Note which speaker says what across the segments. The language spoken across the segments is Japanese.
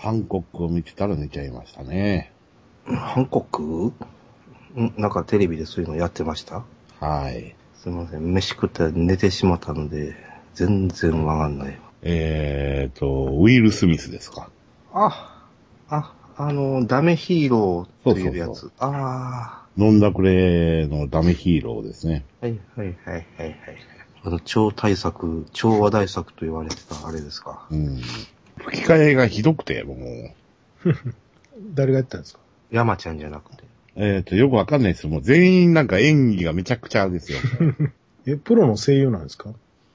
Speaker 1: ハンコックを見てたら寝ちゃいましたね。
Speaker 2: ハンコックんなんかテレビでそういうのやってました
Speaker 1: はい。
Speaker 2: すいません。飯食ったら寝てしまったので、全然わかんない。
Speaker 1: えーと、ウィル・スミスですか。
Speaker 2: あ、あ、あの、ダメヒーローっていうやつ。
Speaker 1: そう
Speaker 2: あ
Speaker 1: 飲んだくれのダメヒーローですね。
Speaker 2: あ、はいはいはいはいはい。あの、超大作、超話題作と言われてたあれですか。
Speaker 1: うん。吹き替えがひどくて、もう。
Speaker 3: 誰がやったんですか
Speaker 2: 山ちゃんじゃなくて。
Speaker 1: えーと、よくわかんないです。もう全員なんか演技がめちゃくちゃですよ。
Speaker 3: え、プロの声優なんですか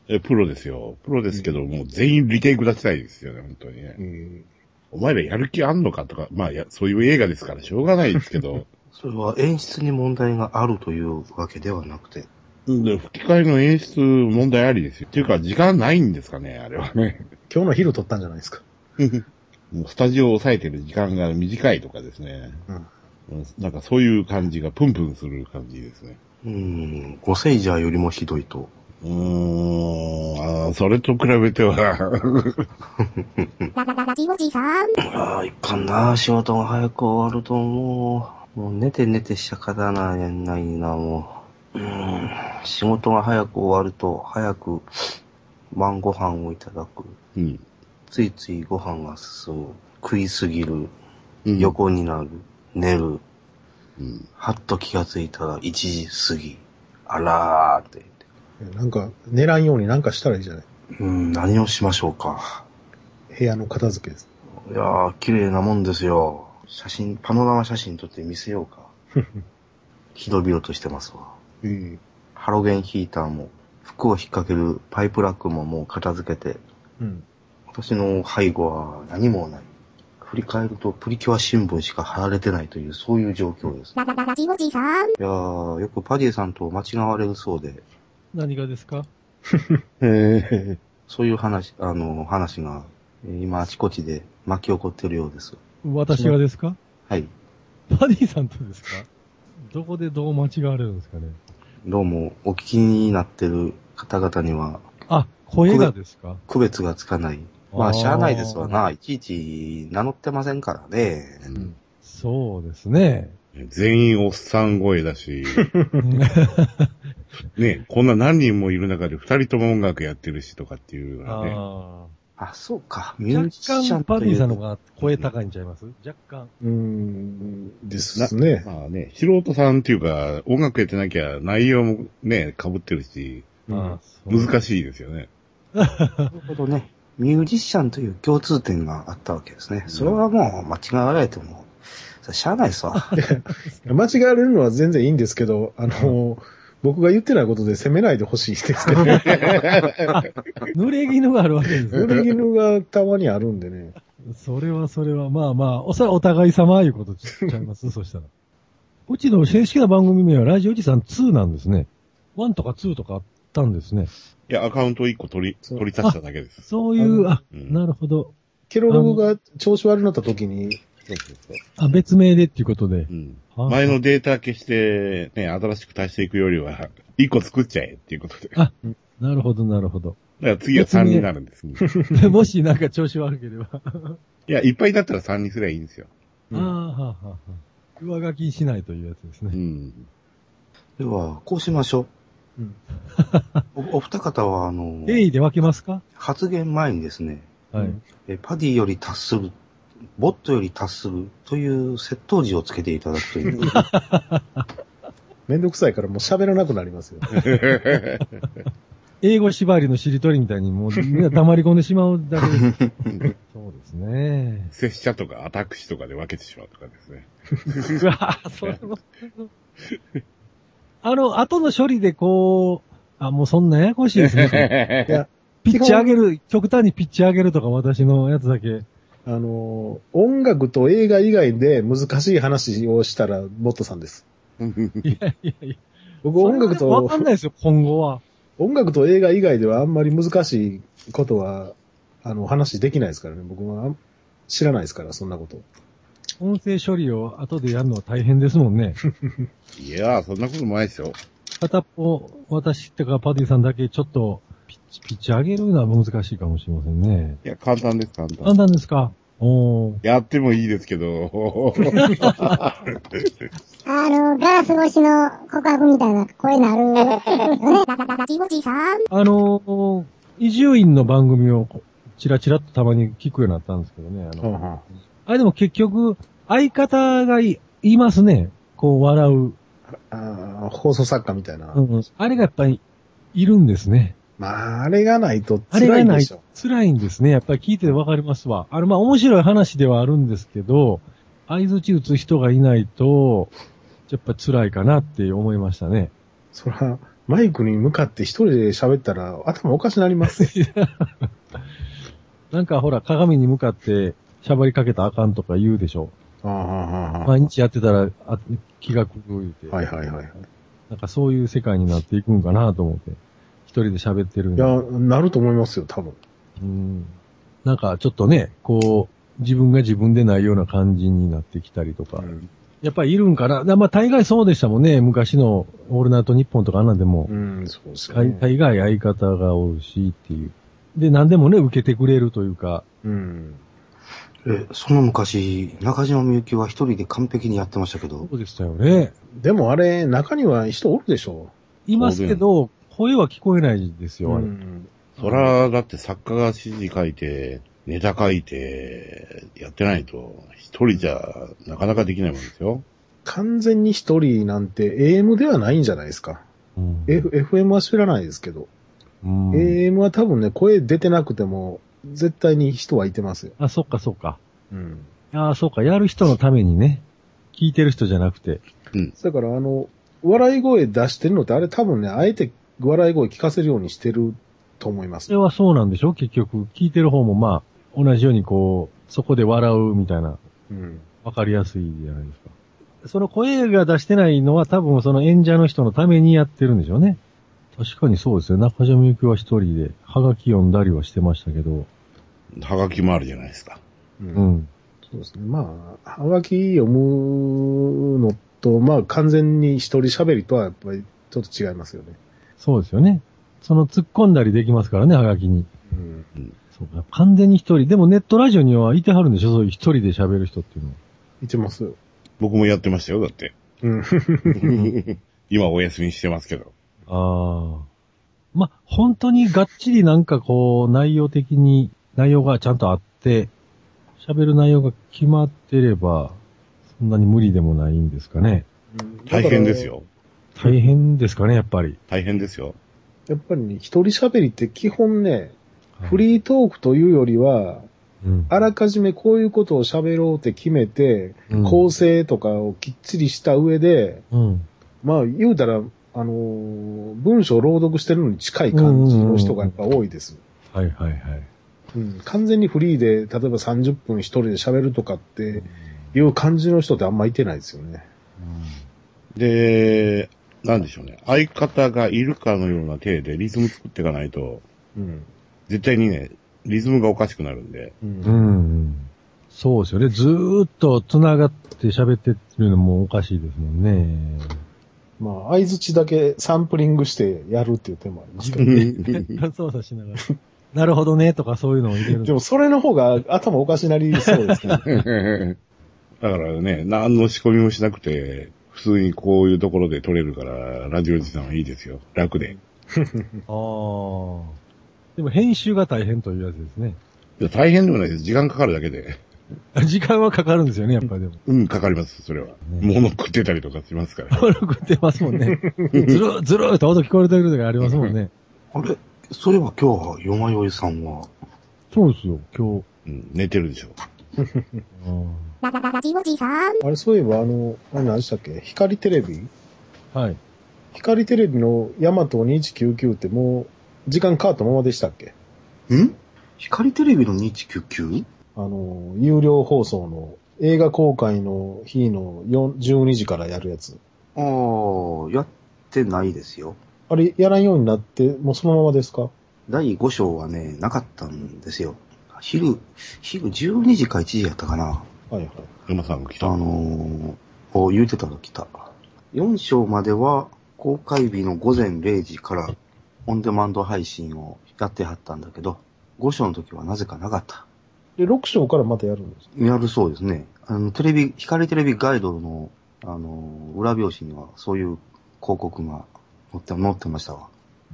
Speaker 1: え、プロですよ。プロですけど、もう全員リテイク出したいですよね、本当にね。
Speaker 3: ん。
Speaker 1: お前らやる気あんのかとか、まあ、や、そういう映画ですからしょうがないですけど、
Speaker 2: それは演出に問題があるというわけではなくて。
Speaker 1: で吹き替えの演出問題ありですよ。っていうか、時間ないんですかね、あれはね。
Speaker 3: 今日の昼撮ったんじゃないですか。
Speaker 1: もうスタジオを抑えてる時間が短いとかですね。
Speaker 3: うん。
Speaker 1: うんなんかそういう感じがプンプンする感じですね。
Speaker 2: うーん、ゴセイジャーよりもひどいと。
Speaker 1: うーん、あーそれと比べては、
Speaker 4: ララララジオジさん。
Speaker 2: ああ、いかんな。仕事が早く終わるともう、もう寝て寝てしたからな、ないな、もう。うーん、仕事が早く終わると、早く晩ご飯をいただく。
Speaker 1: うん。
Speaker 2: ついついご飯が進む。食いすぎる。
Speaker 1: うん。
Speaker 2: 横になる。寝る。
Speaker 1: うん。
Speaker 2: はっと気がついたら1時過ぎ。あらーって言って。
Speaker 3: なんか、寝らんようになんかしたらいいじゃない。
Speaker 2: うーん、何をしましょうか。
Speaker 3: 部屋の片付けです。
Speaker 2: いやー、綺麗なもんですよ。写真、パノラマ写真撮って見せようか。広々としてますわ。
Speaker 3: うん。
Speaker 2: ハロゲンヒーターも、服を引っ掛けるパイプラックももう片付けて、
Speaker 3: うん。
Speaker 2: 私の背後は何もない。振り返るとプリキュア新聞しか貼られてないという、そういう状況です。い
Speaker 4: ララララジオジさん。
Speaker 2: やー、よくパディさんと間違われるそうで、
Speaker 5: 何がですか
Speaker 1: え
Speaker 2: そういう話、あの、話が、えー今あちこちで巻き起こってるようです。
Speaker 5: 私がです か
Speaker 2: はい。
Speaker 5: パディさんとですかどこでどう間違われるんですかね
Speaker 2: どうも、お聞きになってる方々には、
Speaker 5: あ、声がですか
Speaker 2: 区別がつかない。ま
Speaker 5: あ
Speaker 2: あ、
Speaker 5: ー
Speaker 2: しゃあないですわな。いちいち名乗ってませんからね。
Speaker 1: うん
Speaker 5: そうですね。
Speaker 1: 全員おっさん声だ し、ね、こんな何人もいる中で二人とも音楽やってるしとかっていうのはね。
Speaker 5: あ
Speaker 2: あ、そうか。
Speaker 5: ー
Speaker 2: ミュー
Speaker 5: 若
Speaker 2: ジシャン
Speaker 5: 干
Speaker 2: と
Speaker 5: パデ
Speaker 2: い
Speaker 5: ィ
Speaker 2: う
Speaker 5: さんの方が声高いんちゃいます若干。
Speaker 3: うん。ですね。
Speaker 1: まあね、素人さんっていうか、音楽やってなきゃ内容もね、被ってるし、
Speaker 3: うん
Speaker 5: あ。
Speaker 1: 難
Speaker 5: し
Speaker 1: しいですよ ね。
Speaker 2: なるほどね。ミュージシャンという共通点があったわけですね。それはもう間違われても、それしゃあないですわ。
Speaker 3: 間違われるのは全然いいんですけど、あの、僕が言ってないことで責めないでほしいですけど、
Speaker 5: い。濡れ衣があるわけです
Speaker 3: 濡
Speaker 5: ね。
Speaker 3: れ 衣がたまにあるんでね。
Speaker 5: それはそれは、まあまあ、おさお互い様いうことちゃいます そしたら。うちの正式な番組名はラジオおじさん2なんですね。1とか2とかあったんですね。
Speaker 1: いや、アカウント1個取り、
Speaker 3: そう
Speaker 1: 取り足しただけです。
Speaker 5: そういう、あ、
Speaker 1: うん
Speaker 5: なるほど。
Speaker 3: ケロログが調子悪くなった時に、
Speaker 1: そうそうそう。
Speaker 5: あ、別名でっていうことで
Speaker 1: う。ん。
Speaker 5: あ
Speaker 1: 前のデータ消して、ね、新しく足していくよりは、1個作っちゃえっていうことで。だか
Speaker 5: あ、なるほど、なるほど。
Speaker 1: ら次は3になるんです。い
Speaker 5: もしなんか調子悪ければ。
Speaker 1: や、いっぱいだったら3にすりゃいいんですよ。
Speaker 3: うん
Speaker 5: ああ、はあはあはあ。上書きしないというやつです
Speaker 1: う
Speaker 5: ね。
Speaker 1: ん。
Speaker 2: では、こうしましょ
Speaker 3: うん
Speaker 2: う。おお二方は、あの、
Speaker 5: A で分けますか
Speaker 2: 発言前にですね、
Speaker 5: はい。
Speaker 3: うん
Speaker 2: えパディより達する、ボットより達するという窃盗時をつけていただくという。
Speaker 3: めんどくさいからもう喋らなくなりますよ。
Speaker 5: 英語縛りのしりとりみたいにもうみんな黙り込んでしまうだけです。そうですね。
Speaker 1: 拙者とかアタックしとかで分けてしまうとかですね。
Speaker 5: うわぁ、それも。あの、後の処理でこう、あ、もうそんなややこしいで すね。
Speaker 3: いや、
Speaker 5: ピッチ上げる、極端にピッチ上げるとか私のやつだけ。
Speaker 3: あの、音楽と映画以外で難しい話をしたら、ボットさんです。
Speaker 5: いやいやいや。
Speaker 3: 僕音楽
Speaker 5: それはわかん
Speaker 3: と、
Speaker 5: ないですよ、今後は。
Speaker 3: 音楽と映画以外ではあんまり難しいことは、あの、話できないですからね。僕はあん知らないですから、そんなこと。
Speaker 5: 音声処理を後でやるのは大変ですもんね。
Speaker 1: いやー、そんなこともないですよ。
Speaker 5: 片っぽ、私ってかパディさんだけちょっとピッチ、ピッチ上げるのは難しいかもしれませんね。
Speaker 1: いや、簡単です、簡
Speaker 5: 簡
Speaker 1: 単。
Speaker 5: 単ですかおおー。
Speaker 1: やってもいいですけ ど。
Speaker 6: あの、ガラス越しの告白みたいな声なる。
Speaker 4: ジオジさん。
Speaker 5: あのー、伊集院の番組をチラチラっとたまに聞くようになったんですけどね。あの、
Speaker 3: は
Speaker 5: あれでも結局、相方がいいますね。こう笑う。
Speaker 3: ああー放送作家みたいな。
Speaker 5: うん、あれがやっぱりいるんですね。
Speaker 3: まあ、あれがないと
Speaker 5: あれ
Speaker 3: 辛
Speaker 5: が
Speaker 3: い
Speaker 5: な
Speaker 3: で
Speaker 5: い
Speaker 3: しょ。。
Speaker 5: 辛いんですね。やっぱり聞いててわかりますわ。あの、まあ、面白い話ではあるんですけど、相槌打つ人がいないと、やっぱ辛いかなって思いましたね。
Speaker 3: そら、マイクに向かって一人で喋ったら頭おかしなり ますよ。
Speaker 5: なんかほら、鏡に向かって喋りかけたらあかんとか言うでしょ。
Speaker 3: あーあーあーあ
Speaker 5: 毎日やってたらあ気が狂いて、
Speaker 3: ーはいはいはい。い
Speaker 5: なんかそういう世界になっていくんかなと思って、一人で喋ってるんで
Speaker 3: や、なると思いますよ、多分。
Speaker 5: うんなんかちょっとね、こう、自分が自分でないような感じになってきたりとか、
Speaker 3: うん
Speaker 5: やっぱりいるんかな。だまあ大概そうでしたもんね、昔のオールナイトニッポンとかあんなんでも、
Speaker 3: うん、そうですよ
Speaker 5: 大
Speaker 3: ね。
Speaker 5: 大概相方がおるしっていう。で、何でもね、受けてくれるというか、
Speaker 3: うん。
Speaker 7: え、その昔、中島みゆきは一人で完璧にやってましたけど
Speaker 5: そ、うでしたよね。
Speaker 3: でもあれ、中には人おるでしょ
Speaker 5: いますけど、声は聞こえないです
Speaker 3: う。
Speaker 5: よ、あれ。
Speaker 3: ん
Speaker 1: そら、だって作家が指示書いて、ネタ書いて、やってないと、一人じゃなかなかできないもんですよ。
Speaker 3: 完全に一人なんて AM ではないんじゃないですか。
Speaker 5: うん、
Speaker 3: F、FM は知らないですけど、
Speaker 5: うん、
Speaker 3: AM は多分ね、声出てなくても、絶対に人はいてますよ。
Speaker 5: あ、そっかそっか。
Speaker 3: うん。
Speaker 5: ああ、そっか。やる人のためにね。聞いてる人じゃなくて。
Speaker 3: だから、あの、笑い声出してるのって、あれ多分ね、あえて笑い声聞かせるようにしてると思いま
Speaker 5: そ
Speaker 3: す
Speaker 5: れ。はそうなんでしょ結局。聞いてる方もまあ、同じようにこう、そこで笑うみたいな、
Speaker 3: うん。
Speaker 5: わかりやすいじゃないですか。その声が出してないのは多分その演者の人のためにやってるんでしょうね。確かにそうですよ。中島みゆきは一人で、はがき読んだりはしてましたけど。
Speaker 1: はがきもあるじゃないですか。
Speaker 3: うん。
Speaker 5: うん。
Speaker 3: そうですね。まあ、はがき読むのと、まあ、完全に一人喋りとは、やっぱり、ちょっと違いますよね。
Speaker 5: そうですよね。その突っ込んだりできますからね、はがきに。
Speaker 3: うん。
Speaker 5: そうか。完全に一人。でもネットラジオにはいてはるんでしょそういう一人で喋る人っていうのは。
Speaker 3: いてますよ。
Speaker 1: 僕もやってましたよ、だって。
Speaker 3: うん。
Speaker 1: 今お休みしてますけど。
Speaker 5: ああ。ま、本当にがっちりなんかこう、内容的に、内容がちゃんとあって、喋る内容が決まってれば、そんなに無理でもないんですかね。
Speaker 1: 大変です。よ。
Speaker 5: 大変ですかね、やっぱり。
Speaker 1: 大変ですよ。
Speaker 3: やっぱりね、一人喋りって基本ね、フ
Speaker 5: ー、
Speaker 3: リートークというよりは、
Speaker 5: うん、
Speaker 3: あらかじめこういうことを喋ろうって決めて、
Speaker 5: うん
Speaker 3: 構成とかをきっちりした上で、
Speaker 5: うん。
Speaker 3: まあ言うたら、あのー文章を朗読してるのに近い感じの人がやっぱ多いです。
Speaker 5: はいはいはい。
Speaker 3: うん完全にフリーで、例えば30分一人で喋るとかっていう感じの人ってあんまいてないですよね。
Speaker 1: で、なんでしょうね。相方がいるかのような体でリズム作っていかないと、
Speaker 3: うん。
Speaker 1: 絶対にね、リズムがおかしくなるんで。
Speaker 3: うん
Speaker 5: うん。うんそうですよね。ずーっと繋がって喋ってるのもおかしいですもんね。
Speaker 3: まあ、相槌だけサンプリングしてやるっていう手もありますけど。
Speaker 5: 操作しながら。なるほどね、とかそういうのを入れる。
Speaker 3: でもそれの方が頭おかしなりそうですね。
Speaker 1: だからね、何の仕込みもしなくて、普通にこういうところで撮れるから、ラジオ時さんはいいですよ。楽で。
Speaker 5: ああ。でも編集が大変というやつですね。
Speaker 1: いや大変でもないです。時間かかるだけで。
Speaker 5: 時間はかかるんですよね、やっぱりでも。
Speaker 1: うん、かかります、それは。
Speaker 5: ね
Speaker 1: 物食ってたりとかしますから。
Speaker 5: 登録ってますもんね。ずる、ずるっと音聞こえてくる時ありますもんね。
Speaker 7: あれ、それは今日は、よまよいさんは、
Speaker 5: そうですよ、今日。
Speaker 1: うん、寝てるでしょ。
Speaker 4: ジオジさん。
Speaker 3: あれ、そういえば、あの、あれ何でしたっけ光テレビ
Speaker 5: はい。
Speaker 3: 光テレビのヤマト2199ってもう、時間変わったままでしたっけ
Speaker 7: ん光テレビの 2199?
Speaker 3: あの、有料放送の映画公開の日の4 12時からやるやつ。
Speaker 7: ああ、やってないですよ。
Speaker 3: あれ、やらんようになって、もうそのままですか
Speaker 7: 第5章はね、なかったんですよ。昼、昼12時か1時やったかな。
Speaker 3: はいはい。
Speaker 1: 山さんが来
Speaker 7: あ
Speaker 1: た。
Speaker 7: のー、お言うてたら来た。4章までは公開日の午前0時からオンデマンド配信をやってはったんだけど、5章の時はなぜかなかった。
Speaker 3: で、6章からまたやるんです。
Speaker 7: やるそうですね。あの、テレビ、光テレビガイドの、あの、裏表紙には、そういう広告が載って、載ってましたわ。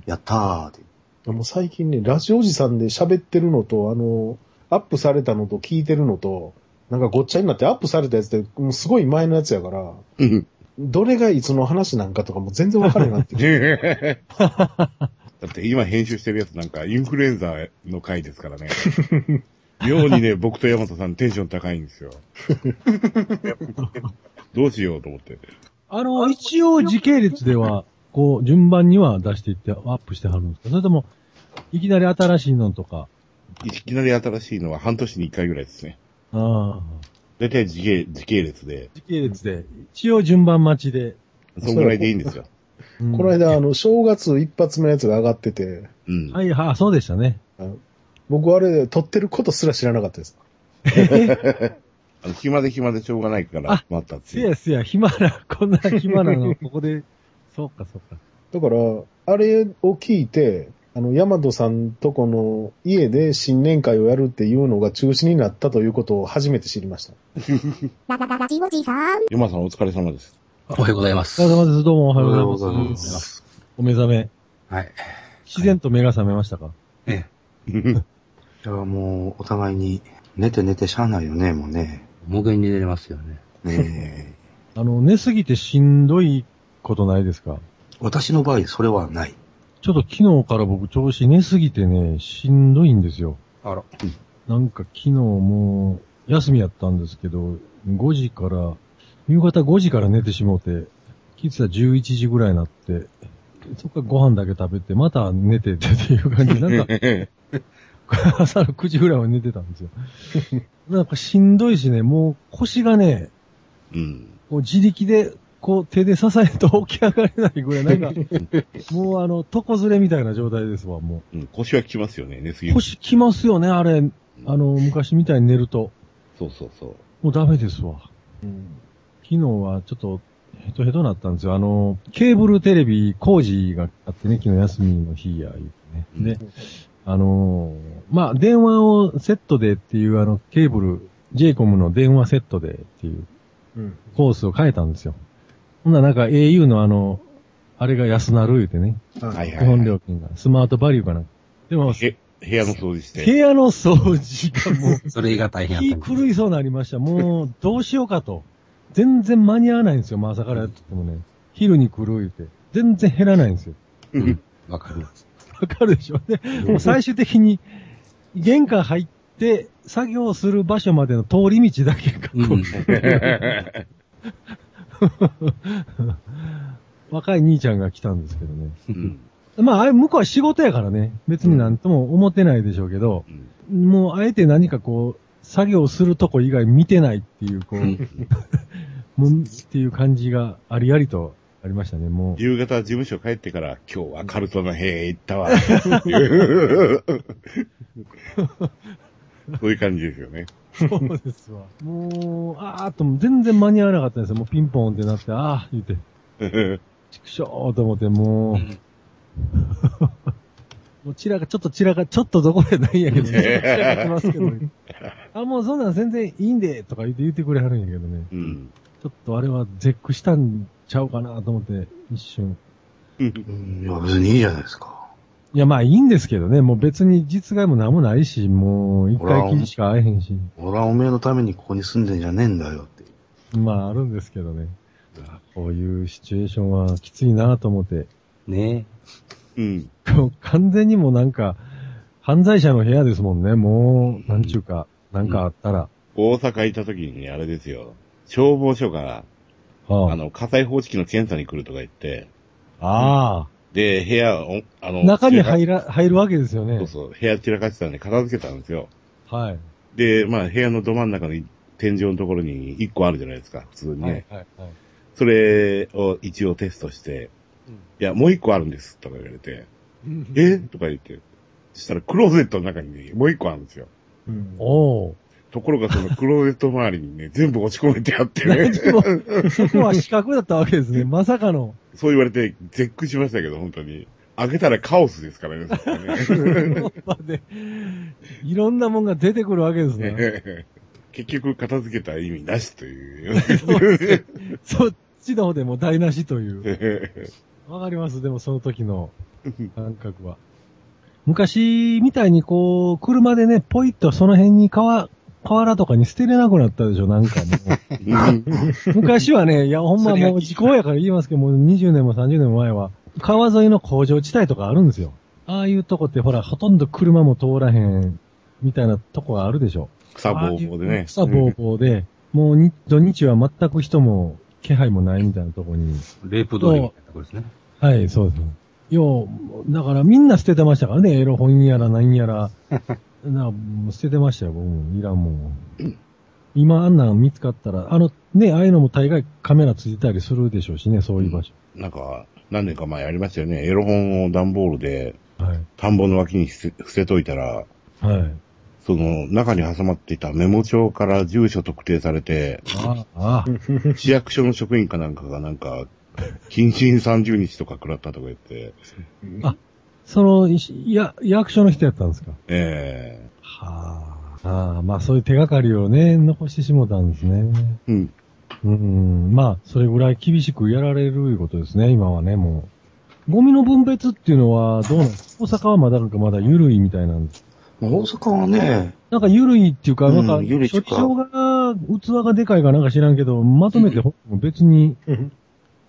Speaker 7: やったーって。
Speaker 3: もう最近ね、ラジオジさんで喋ってるのと、あの、アップされたのと聞いてるのと、なんかごっちゃになってアップされたやつって、もうすごい前のやつやから、
Speaker 1: うん。
Speaker 3: どれがいつの話なんかとかも全然わからなくなってる。
Speaker 1: だって今編集してるやつなんかインフルエンザの回ですからね。 妙にね、僕と山田さんテンション高いんですよ。 どうしようと思って。
Speaker 5: あの、一応時系列では、こう、順番には出していって、アップしてはるんですかそれとも、いきなり新しいのとか。
Speaker 1: いきなり新しいのは半年に1回ぐらいですね。
Speaker 5: ああ。
Speaker 1: だいたい時系時系列で、
Speaker 5: 時系列で、一応順番待ちで。
Speaker 1: そんぐらいでいいんですよ。
Speaker 5: うん
Speaker 3: この間、あの、正月一発目のやつが上がってて、
Speaker 1: うん。
Speaker 5: はい、はそうでしたね。
Speaker 3: 僕あれ、撮ってることすら知らなかったです。
Speaker 1: あの暇で暇でしょうがないから
Speaker 5: あ
Speaker 1: 待ったって
Speaker 5: せ
Speaker 1: いう。
Speaker 5: やせや、暇な、こんな暇なの、ここで、 そうかそうか。
Speaker 3: だから、あれを聞いて、あの、ヤマトさんとこの家で新年会をやるっていうのが中止になったということを初めて知りました。
Speaker 4: ララララジオジさん。
Speaker 1: 山田さんお疲れ様 です。
Speaker 2: おはようございま
Speaker 5: お疲れ
Speaker 2: す。
Speaker 5: 様です。どうもおはようご
Speaker 7: お
Speaker 5: ざ
Speaker 7: はよ
Speaker 5: いう
Speaker 7: ござい
Speaker 5: ま。
Speaker 7: ます
Speaker 5: お目覚め。
Speaker 2: はい。
Speaker 5: 自然と目が覚めましたか、
Speaker 2: え
Speaker 7: いや、もう、お互いに、寝て寝てしゃあないよね、もうね。
Speaker 2: え、無限に出れますよね。
Speaker 7: ねえ
Speaker 5: あの、寝すぎてしんどいことないですか
Speaker 7: 私の場合、それはない。
Speaker 5: ちょっと昨日から僕調子寝すぎてね、しんどいんですよ。
Speaker 2: あら。
Speaker 5: なんか昨日もう休みやったんですけど、5時から、夕方5時から寝てしもうて、気づいたら11時ぐらいになって、そっからご飯だけ食べて、また寝ててっていう感じ。なんか、 朝の9時ぐらいは寝てたんですよ。 なんかしんどいしね、もう腰がね、
Speaker 1: うん。
Speaker 5: こう自力で、こう手で支えて起き上がれないぐらい、なんか、もうあの、床ずれみたいな状態ですわ、もう。
Speaker 1: うん腰はきますよね、寝すぎる。
Speaker 5: 腰きますよね、あれ。あの、昔みたいに寝ると。
Speaker 1: そうそうそう。
Speaker 5: もうダメですわ。
Speaker 3: うん。
Speaker 5: 昨日はちょっと、ヘトヘトになったんですよ。あの、ケーブルテレビ工事があってね、昨日休みの日や、言うてね。で、あのーまあ、電話をセットでっていう、あの、ケーブル、j イコムの電話セットでっていう
Speaker 3: うん。
Speaker 5: コースを変えたんですよ。ほんならなんか au のあの、あれが安なる言うてね。
Speaker 1: はいはい、
Speaker 5: 基
Speaker 1: はい。
Speaker 5: 本料金が。スマートバリューかな。でも、
Speaker 1: へ部屋の掃除し
Speaker 5: 部
Speaker 1: て。
Speaker 5: 屋の掃除がもう、
Speaker 2: それが大変や
Speaker 5: 気
Speaker 2: った。
Speaker 5: 狂いそうになりました。もう、どうしようかと。全然間に合わないんですよ。まあ、朝からやっててもね。昼に狂いて。全然減らないんですよ。
Speaker 2: うんわかるわ。
Speaker 5: わかるでしょで、もう最終的に、玄関入って、作業する場所までの通り道だけが、こう
Speaker 2: うん。
Speaker 5: 若い兄ちゃんが来たんですけどね。
Speaker 1: うん。
Speaker 5: まあ、あれ、向こうは仕事やからね。別になんとも思ってないでしょうけど、
Speaker 1: うん
Speaker 5: もう、あえて何かこう、作業するとこ以外見てないっていう、こう、もう、っていう感じがありありとありましたね、もう。
Speaker 1: 夕方事務所帰ってから、今日はカルトの部屋へ行ったわ。 そういう感じですよね。
Speaker 5: そうですわ。もう、あーっと、全然間に合わなかったんですよ。もうピンポンってなって、あー言って、ちくしょーと思って、もう、 もう散らか、ちょっと散らか、ちょっとどこでないんやけど、ちょっと 散らかってますけど、あ、もうそんなん全然いいんで、とか言って言ってくれはるんやけどね。
Speaker 1: うん。
Speaker 5: ちょっとあれは絶句したんちゃうかなと思って、一瞬。
Speaker 7: うん、いや、別にいいじゃないですか。
Speaker 5: いや、まあいいんですけどね、もう別に実害も何もないし、もう一回きりしか会えへんし。
Speaker 7: 俺はおめえのためにここに住んでんじゃねえんだよって。
Speaker 5: まああるんですけどね。こういうシチュエーションはきついなと思って。
Speaker 2: ね
Speaker 1: うん。
Speaker 5: こう完全にもうなんか、犯罪者の部屋ですもんね。もう、なんちゅうか、なんかあったら。
Speaker 1: 大阪行った時にあれですよ。消防署から、
Speaker 5: は
Speaker 1: あの、火災報知器の検査に来るとか言って、
Speaker 5: あ
Speaker 1: で、部屋を、あ
Speaker 5: あ
Speaker 1: の、
Speaker 5: 中に入
Speaker 1: る。
Speaker 5: ら、入るわけですよ
Speaker 1: そ
Speaker 5: ね
Speaker 1: う。そう、部屋散らかしてたんで片付けたんですよ。
Speaker 5: はい。
Speaker 1: で、まあ部屋のど真ん中の天井のところに1個あるじゃないですか、普通にね。
Speaker 5: はい。はい。はい
Speaker 1: それを一応テストして、
Speaker 5: うん
Speaker 1: いや、もう一個あるんです、とか言われて、えとか言って、そしたらクローゼットの中にね、もう一個あるんですよ。
Speaker 3: うん。
Speaker 5: お お。
Speaker 1: ところがそのクローゼット周りにね、 全部落ち込めてあってね
Speaker 5: 何、も、 そこは資格だったわけですね。まさかの。
Speaker 1: そう言われて絶句しましたけど、本当に。あげたらカオスですからね。そこはね
Speaker 5: まあねいろんなもんが出てくるわけですね。
Speaker 1: 結局、片付けた意味なしという。
Speaker 5: そっちの方でも台無しという。わかります、でもその時の感覚は。昔みたいにこう、車でね、ポイッとその辺に川、河原とかに捨てれなくなったでしょ、なんかも う。昔はね、いやほんまもう時効やから言いますけど、もう20年も30年も前は、川沿いの工場地帯とかあるんですよ。ああいうとこってほら、ほとんど車も通らへん、みたいなとこがあるでしょ。
Speaker 1: 草ぼうぼうでね。
Speaker 5: 草ぼうぼうで、もうに土日は全く人も気配もないみたいなとこに。
Speaker 2: レイプ通りみたいなとこですね。
Speaker 5: はい、そうです。よう、だからみんな捨ててましたからね、エロ本やら何や ら。なもう捨ててましたよ、僕も。いらんもん。今あんなん見つかったら、あの、ね、ああいうのも大概カメラついてたりするでしょうしね、そういう場所。
Speaker 1: なんか、何年か前ありましたよね。エロ本を段ボールで、
Speaker 5: はい。
Speaker 1: 田んぼの脇に伏せ伏せといたら、
Speaker 5: はい。
Speaker 1: その中に挟まっていたメモ帳から住所特定されて、
Speaker 5: あ あ、
Speaker 1: 市役所の職員かなんかがなんか、謹慎30日とか食らったとか言って、
Speaker 5: その、いいや、役所の人やったんですか
Speaker 1: え
Speaker 5: はあ。ああ、まあそういう手がかりをね、残してしもたんですね。
Speaker 1: えうん。
Speaker 5: うん、まあ、それぐらい厳しくやられるいうことですね、今はね、もう。ゴミの分別っていうのはどうなんですか大阪はまだなんかまだ緩いみたいなんです。
Speaker 7: 大阪はね、
Speaker 5: なんか緩いっていうか、
Speaker 7: うん
Speaker 5: なんか、処
Speaker 7: 緩
Speaker 5: 理
Speaker 7: いっていうか
Speaker 5: 場が、器がでかいかなんか知らんけど、まとめてほ別に、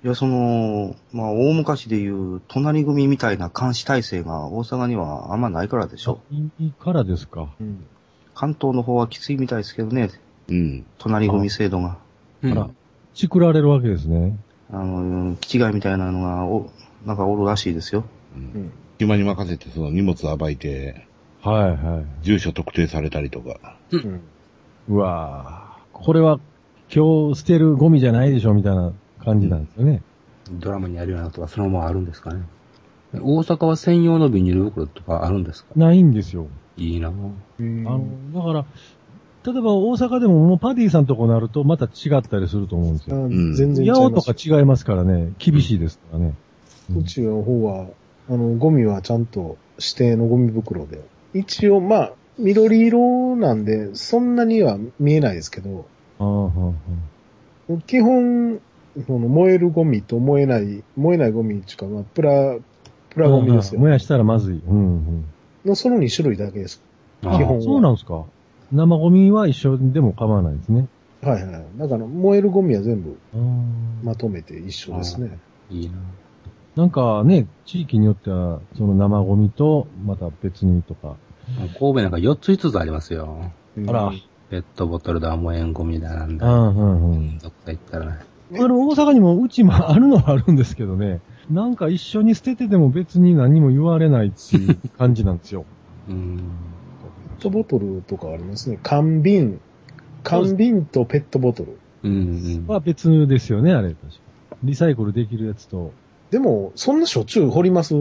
Speaker 7: いや、その、まあ、大昔でいう、隣組みたいな監視体制が大阪にはあんまないからでしょ。
Speaker 5: いいからですか。
Speaker 3: うん
Speaker 7: 関東の方はきついみたいですけどね、
Speaker 1: うん。
Speaker 7: 隣組制度が。
Speaker 2: う
Speaker 5: あら、ちくられるわけですね。
Speaker 7: あの、気違いみたいなのが、お、なんかおるらしいですよ。
Speaker 3: うん
Speaker 1: 暇に任せてその荷物暴いて、
Speaker 5: はいはい。
Speaker 1: 住所特定されたりとか。
Speaker 3: うん
Speaker 5: うわぁ。これは、今日捨てるゴミじゃないでしょ、みたいな感じなんですよね。
Speaker 2: ドラマにあるようなとか、そのままあるんですかね。大阪は専用のビニール袋とかあるんですか
Speaker 5: ないんですよ。
Speaker 2: いいなぁ
Speaker 3: うん
Speaker 5: あの、だから、例えば大阪でももうパディさんとこなるとまた違ったりすると思うんです
Speaker 3: あ
Speaker 5: よ。
Speaker 1: ん
Speaker 3: 全然違い
Speaker 5: 八尾
Speaker 3: ま
Speaker 5: と
Speaker 3: す
Speaker 5: か。違いますからね、厳しいですからね。うん
Speaker 3: うちの方は、あの、ゴミはちゃんと指定のゴミ袋で。一応、まあ、緑色なんで、そんなには見えないですけど、
Speaker 5: ああはあは
Speaker 3: 基本、その燃えるゴミと燃えない、燃えないゴミっていうか、まあ、プラ、プ
Speaker 5: あ
Speaker 3: ラゴミです
Speaker 5: 燃
Speaker 3: よ。
Speaker 5: やしたらまずい。うん
Speaker 3: のその2種類だけです。
Speaker 5: うん。
Speaker 2: あ
Speaker 5: あ
Speaker 3: 基本は
Speaker 5: そうなんですか。生ゴミは一緒でも構わないですね。
Speaker 3: はいはい。だから、燃えるゴミは全部
Speaker 5: あー
Speaker 3: まとめて一緒ですね。
Speaker 2: いいなぁ
Speaker 5: なんかね、地域によっては、その生ゴミと、また別にとか。
Speaker 2: 神戸なんか4つ5つありますよ。
Speaker 3: うん
Speaker 5: あら、
Speaker 2: ペットボトルだ、燃えんゴミだ、なん
Speaker 5: う
Speaker 2: だ。
Speaker 5: んうん
Speaker 2: う
Speaker 5: うん。
Speaker 2: ん、どっか行ったらね。
Speaker 5: あの、大阪にもうちもあるのはあるんですけどね、なんか一緒に捨ててても別に何も言われないっていう感じなんですよ。
Speaker 2: うん。
Speaker 3: ペットボトルとかありますね。缶瓶。缶瓶とペットボトル。
Speaker 2: うん、う
Speaker 5: は
Speaker 2: ん。
Speaker 5: 別ですよね、あれ。確かリサイクルできるやつと。
Speaker 3: でも、そんなしょっちゅう掘ります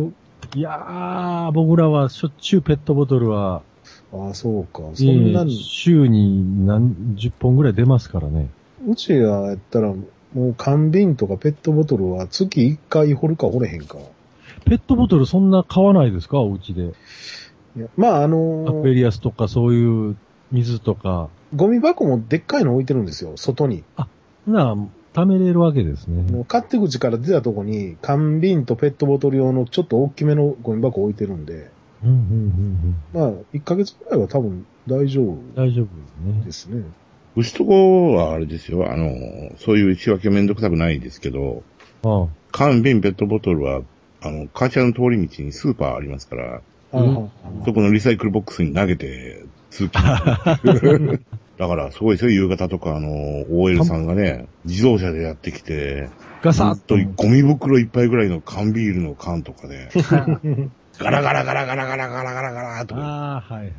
Speaker 5: いやー、僕らはしょっちゅうペットボトルは、
Speaker 3: ああ、そうか。そんな
Speaker 5: えー
Speaker 3: に、
Speaker 5: 週に何十本ぐらい出ますからね。
Speaker 3: うちがやったら、もう缶瓶とかペットボトルは月1回掘るか掘れへんか。
Speaker 5: ペットボトルそんな買わないですかお家で。
Speaker 3: いやまあ、あ
Speaker 5: ア
Speaker 3: の
Speaker 5: クエ
Speaker 3: ー
Speaker 5: リアスとかそういう水とか。
Speaker 3: ゴミ箱もでっかいの置いてるんですよ、外に。
Speaker 5: なあ、貯めれるわけです
Speaker 3: も
Speaker 5: ね。
Speaker 3: う勝手口から出たとこに、缶瓶とペットボトル用のちょっと大きめのゴミ箱置いてるんで、
Speaker 5: うんうんうん
Speaker 3: まあ、1ヶ月くらいは多分大丈
Speaker 5: うん。
Speaker 3: 夫
Speaker 5: 大丈夫です
Speaker 3: で
Speaker 5: ね。
Speaker 3: すね。
Speaker 1: 牛とこはあれですよ、あの、そういう仕分けめんどくさくないですけど、
Speaker 5: ああ
Speaker 1: 缶瓶ペットボトルは、あの、会社の通り道にスーパーありますから、
Speaker 3: はいはいはい
Speaker 1: そこのリサイクルボックスに投げて通勤。だから、すごいですよ、夕方とか、あの、OL さんがね、自動車でやってきて、
Speaker 5: ガサ
Speaker 1: あ
Speaker 5: ッ
Speaker 1: と、ゴミ袋いっぱいぐらいの缶ビールの缶とかで、ガラガラガラガラガラガラガラガラとか、
Speaker 5: ああ、はいはい。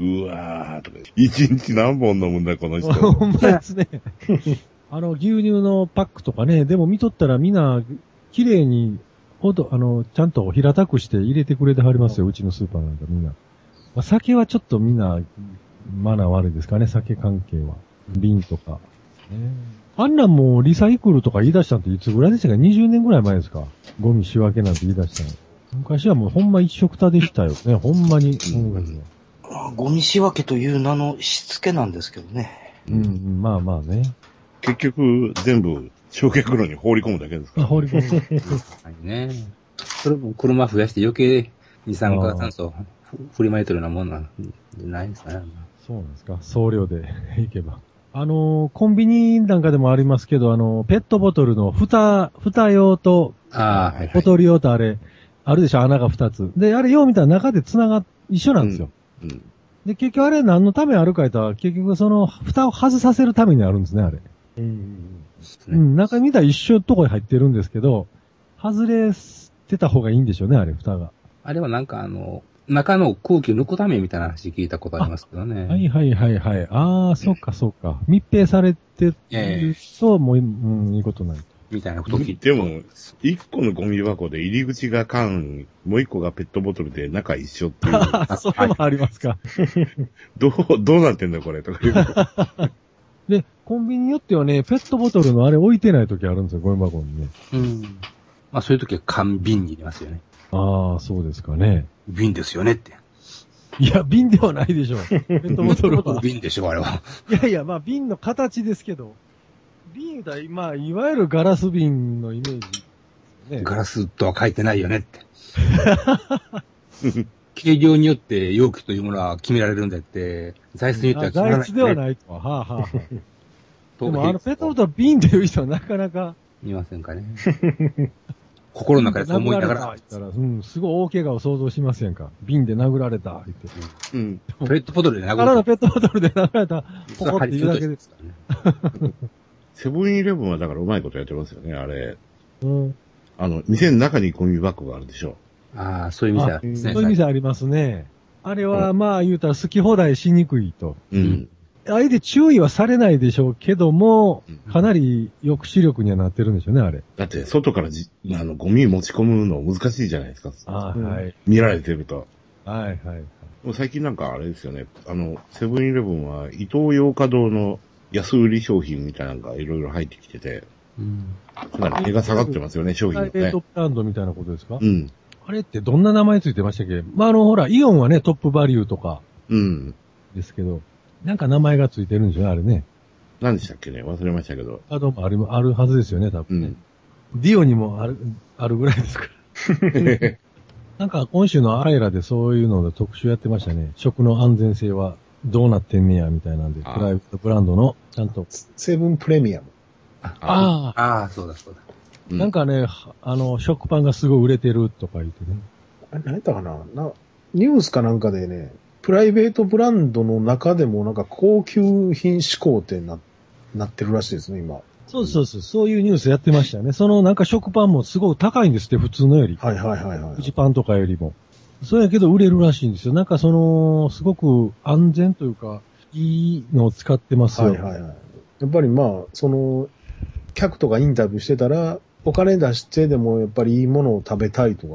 Speaker 1: うわーとか、一日何本飲むんだ、この人。
Speaker 5: ほんまですね。あの、牛乳のパックとかね、でも見とったらみんな、綺麗に、ほど、あの、ちゃんと平たくして入れてくれてはりますよ、うちのスーパーなんかみんな。まあ、酒はちょっとみんな、マナー悪いですかね、酒関係は。瓶とか。あんなんもうリサイクルとか言い出したのっていつぐらいでしたか ?20 年ぐらい前ですかゴミ仕分けなんて言い出したの。昔はもうほんま一色多でしたよね。ほんまに音楽は。
Speaker 7: まあゴミ仕分けという名のしつけなんですけどね。
Speaker 5: うん、うん、まあまあね。
Speaker 1: 結局、全部、焼却炉に放り込むだけですか
Speaker 5: あ、
Speaker 1: ら。
Speaker 5: 放り込む。
Speaker 2: はいね。それも車増やして余計二酸化炭素をふ振りまいてるようなもんなんじゃないですかね。
Speaker 5: そうなんですか。送料 で行けば。あのーコンビニなんかでもありますけど、あのーペットボトルの蓋、蓋用と、
Speaker 2: ああ、はい、は
Speaker 5: ボ
Speaker 2: い。
Speaker 5: トル用とあれ、あるでしょ、穴が2つ。で、あれよう見たら中で繋がっ、一緒なんですよ。
Speaker 1: うん。
Speaker 5: で、結局あれ何のためにあるか言ったら、結局その蓋を外させるためにあるんですね、あれ。
Speaker 3: うん。
Speaker 2: ね
Speaker 5: うん、中見たら一緒のとこに入ってるんですけど、外れてた方がいいんでしょうね、あれ、蓋が。
Speaker 2: あれはなんかあの、中の空気を抜くためみたいな話聞いたことありますけどね。
Speaker 5: はいはいはいはい。ああ、そっかそっか。密閉されてると、もう、うん、いいことない。
Speaker 2: みたいなこと聞いて。
Speaker 1: でも、一個のゴミ箱で入り口が缶、もう一個がペットボトルで中一緒っていう。
Speaker 5: あ、それもありますか。
Speaker 1: どう、 どうなってんだこれとか言う。
Speaker 5: で、コンビニによってはね、ペットボトルのあれ置いてない時あるんですよ、ゴミ箱にね。
Speaker 2: うん。まあそういう時は缶瓶に入れますよね。
Speaker 5: ああ、そうですかね。
Speaker 2: 瓶ですよねって。
Speaker 5: いや、瓶ではないでしょう。ペットボト ルは。
Speaker 2: 瓶でしょ、あれは。
Speaker 5: いやいや、まあ瓶の形ですけど。瓶だ、まあ、いわゆるガラス瓶のイメージ。ね、
Speaker 2: ガラスとは書いてないよね って。軽量によって容器というものは決められるんだって、材質によっては決められ
Speaker 5: 外
Speaker 2: ない
Speaker 5: 出では
Speaker 2: ね
Speaker 5: ないとは。はあ、はあはあ、で
Speaker 2: と
Speaker 5: もあのペットボトルは瓶っていう人はなかなか。
Speaker 2: 見ませんかね。心の中でそう思いながら、
Speaker 5: 殴られた言ったらうん、すごい大怪我を想像しませんか。瓶で殴られた。言って。
Speaker 1: うん。
Speaker 2: ペットボトルで殴
Speaker 5: からの
Speaker 2: る。
Speaker 5: ペットボトルで殴られた。ポコって言うだけで。
Speaker 2: すからね。
Speaker 1: セブンイレブンはだからうまいことやってますよね、あれ。
Speaker 5: うん。
Speaker 1: あの、店の中にゴミ箱があるでしょ。
Speaker 2: ああ、そういう店ですね。
Speaker 5: そういう店ありますね。あれは、まあ言うたら好き放題しにくいと。
Speaker 1: う。
Speaker 5: あえて注意はされないでしょうけども
Speaker 1: うん、
Speaker 5: かなり抑止力にはなってるんでしょうね、あれ。
Speaker 1: だって、外からじ、あの、ゴミ持ち込むの難しいじゃないですか。
Speaker 5: はい
Speaker 3: うん
Speaker 5: はい。
Speaker 1: 見られてると。
Speaker 5: はいはい。
Speaker 1: もう最近なんかあれですよね。あの、セブンイレブンは、伊東洋華堂の安売り商品みたいなのがいろいろ入ってきてて、
Speaker 2: うん
Speaker 1: かなり値が下がってますよね、商品の
Speaker 5: プライベー
Speaker 1: ね
Speaker 5: ト。ブランドみたいなことですか
Speaker 1: うん。
Speaker 5: あれってどんな名前ついてましたっけまああの、ほら、イオンはね、トップバリューとか
Speaker 1: うん。
Speaker 5: ですけど、なんか名前がついてるんでしょうね、あれね。
Speaker 1: 何でしたっけね忘れましたけど。
Speaker 5: あともある、あるはずですよね、多
Speaker 1: う
Speaker 5: 分ね
Speaker 1: ん。。
Speaker 5: ディオにもある、あるぐらいですから。なんか今週のアイラでそういうので特集やってましたね。食の安全性はどうなってんねや、みたいなんで、プ
Speaker 1: あー
Speaker 5: ライベートブランドの、ちゃんと。
Speaker 3: セブンプレミアム。
Speaker 1: あ、
Speaker 5: あ
Speaker 2: ああ、そうだそうだ。
Speaker 1: う
Speaker 5: あ、なん、かね、はあの、食パンがすごい売れてるとか言ってね。
Speaker 3: あれ、何やったかなな、ニュースかなんかでね、プライベートブランドの中でもなんか高級品志向ってな、なってるらしいですね、今。は
Speaker 5: そうそうそう、そういうニュースやってましたよね。そのなんか食パンもすごい高いんですって、普通のより。
Speaker 3: いはいはいは
Speaker 5: フジ
Speaker 3: い。
Speaker 5: パンとかよりも。そうやけど売れるらしいんですよ。なんかその、すごく安全というか、いいのを使ってます
Speaker 3: は
Speaker 5: よ。
Speaker 3: いはいはい。やっぱりまあ、その、客とかインタビューしてたら、お金出してでもやっぱりいいものを食べたいとか、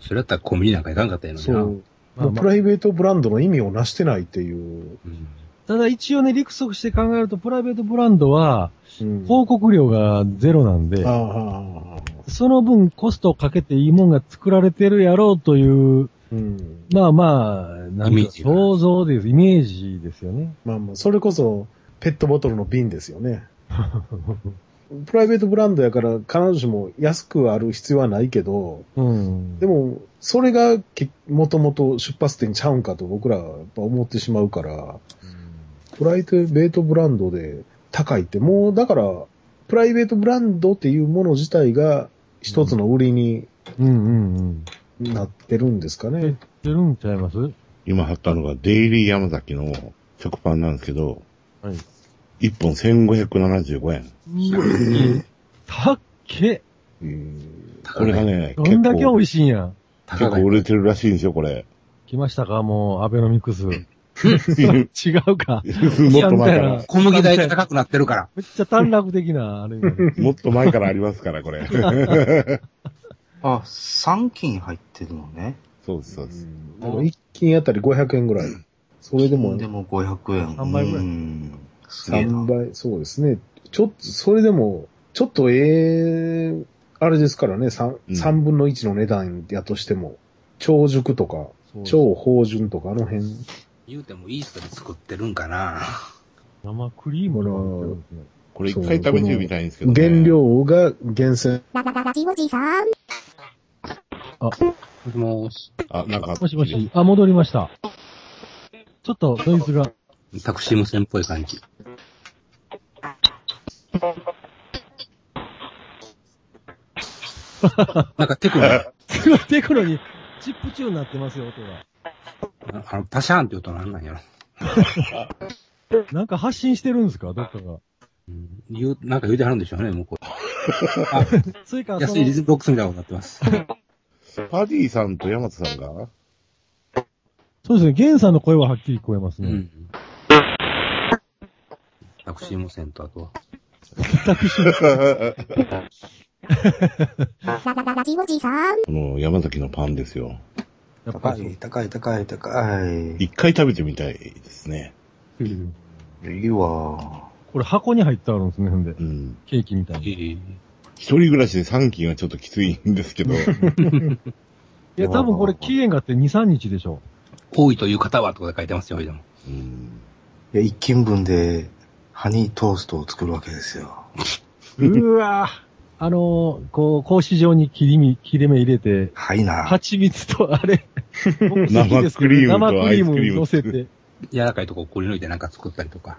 Speaker 2: それだったらコンビニなんか行かんかったやのに
Speaker 3: そ
Speaker 2: な。
Speaker 3: う。
Speaker 5: まあ
Speaker 3: もう
Speaker 5: まあ
Speaker 3: プライベートブランドの意味をなしてないっていう。
Speaker 2: うん
Speaker 5: ただ一応ね、陸足して考えると、プライベートブランドは、
Speaker 3: うん
Speaker 5: 広告料がゼロなんで
Speaker 3: あ、あああああ、
Speaker 5: その分コストをかけていいもんが作られてるやろうという、
Speaker 3: うん。
Speaker 5: まあまあ、な
Speaker 2: イメ
Speaker 5: ん
Speaker 2: ー
Speaker 5: か
Speaker 2: ジが
Speaker 5: 想像です。イメージですよね。
Speaker 3: まあまあ、それこそ、ペットボトルの瓶ですよね。プライベートブランドやから、必ずしも安くある必要はないけど、
Speaker 5: うん。
Speaker 3: でも、それがけ、もともと出発点ちゃうんかと僕らはやっぱ思ってしまうから、プライベートブランドで高いって、もうだから、プライベートブランドっていうもの自体が一つの売りに
Speaker 5: うんうんうん。
Speaker 3: なってるんですかね。
Speaker 5: 出るんちゃいます
Speaker 1: 今貼ったのが、デイリー山崎の食パンなんですけど、
Speaker 5: はい。
Speaker 1: 1本1575円。
Speaker 5: たっけ
Speaker 3: うん
Speaker 1: これがね、
Speaker 5: ど
Speaker 1: 結
Speaker 5: んだけ美
Speaker 1: 構、
Speaker 5: 味しいんや。
Speaker 1: 結
Speaker 2: 高
Speaker 1: 構
Speaker 2: い
Speaker 1: 売。れてるらしいんですよ、こ れ。
Speaker 5: 来ましたかもう、アベノミクス。違うか。
Speaker 1: もっと前か
Speaker 5: いやみたい
Speaker 1: ら
Speaker 5: な、
Speaker 2: 小麦代が高くなってるから。
Speaker 5: めっちゃ短絡的な、あれ。
Speaker 1: もっと前からありますから、これ。
Speaker 7: あ、3金入ってるのね。
Speaker 1: そうです、そうです。
Speaker 3: でも一斤あたり500円ぐらい。それでも、
Speaker 7: でも500円。
Speaker 5: 三倍ぐらい
Speaker 7: うん。すげえな
Speaker 3: 3。倍、そうですね。ちょっと、それでも、ちょっとええあれですからね、三
Speaker 1: うん
Speaker 3: 三分の一の値段やとしても、超熟とか、
Speaker 5: そう
Speaker 3: 超芳醇とか、あの辺、
Speaker 2: 言うてもイーストで作ってるんかな。
Speaker 5: 生クリームなんてことね
Speaker 1: これ一回食べてみたいんですけど、ね。
Speaker 3: 原。料が厳選。
Speaker 4: ララララジオジさん。
Speaker 2: もう、
Speaker 1: あ、なんか。
Speaker 5: もしもし、あ、戻りました。ちょっとノイズが、
Speaker 2: タクシー無線っぽい感じ。なんかテクノ、あ
Speaker 5: すごいテクノにチップチューになってますよ、音が。
Speaker 2: あの、パシャーンって音なんなんやろ。
Speaker 5: なんか発信してるんですかどっかが。
Speaker 2: うん言う、なんか言うてはるんでしょうね、もうこ
Speaker 5: それか
Speaker 2: う。
Speaker 5: らそ
Speaker 2: 安いリ
Speaker 5: の、
Speaker 2: ズムボックスみたいなことになってます。
Speaker 1: パディさんと山田さん が
Speaker 5: そうですね、ゲンさんの声ははっきり聞こえます
Speaker 2: う
Speaker 5: ね。
Speaker 2: ん。タクシー無線とあとは。
Speaker 4: ララララジオジさん。
Speaker 1: この山崎のパンですよ。
Speaker 5: やっぱ
Speaker 7: 高
Speaker 5: り
Speaker 7: い、高い、高い、高い。
Speaker 1: 一回食べてみたいですね。
Speaker 5: そう、うん
Speaker 7: いいわ。
Speaker 5: これ箱に入ってあるんですね、ほんで
Speaker 1: う。ん。
Speaker 5: ケーキみたいに。い
Speaker 2: いい
Speaker 1: 一人暮らしで3斤はちょっときついんです けど、
Speaker 5: や、多分これ期限があって2、3日でしょ
Speaker 2: 多いという方はとか書いてますよ、でも。
Speaker 1: うん、
Speaker 7: いや、一斤分で、ハニートーストを作るわけですよ。
Speaker 5: う。うわぁ。あのー、こう、格子状に切り身、切れ目入れて、
Speaker 7: はいな。
Speaker 5: 蜂蜜とあれ、僕好きです
Speaker 1: 生クリームと
Speaker 5: けど生クリー
Speaker 1: アイスクリー
Speaker 5: ム
Speaker 1: ム
Speaker 5: 乗せて、
Speaker 2: 柔らかいとこをくり抜いてなんか作ったりとか。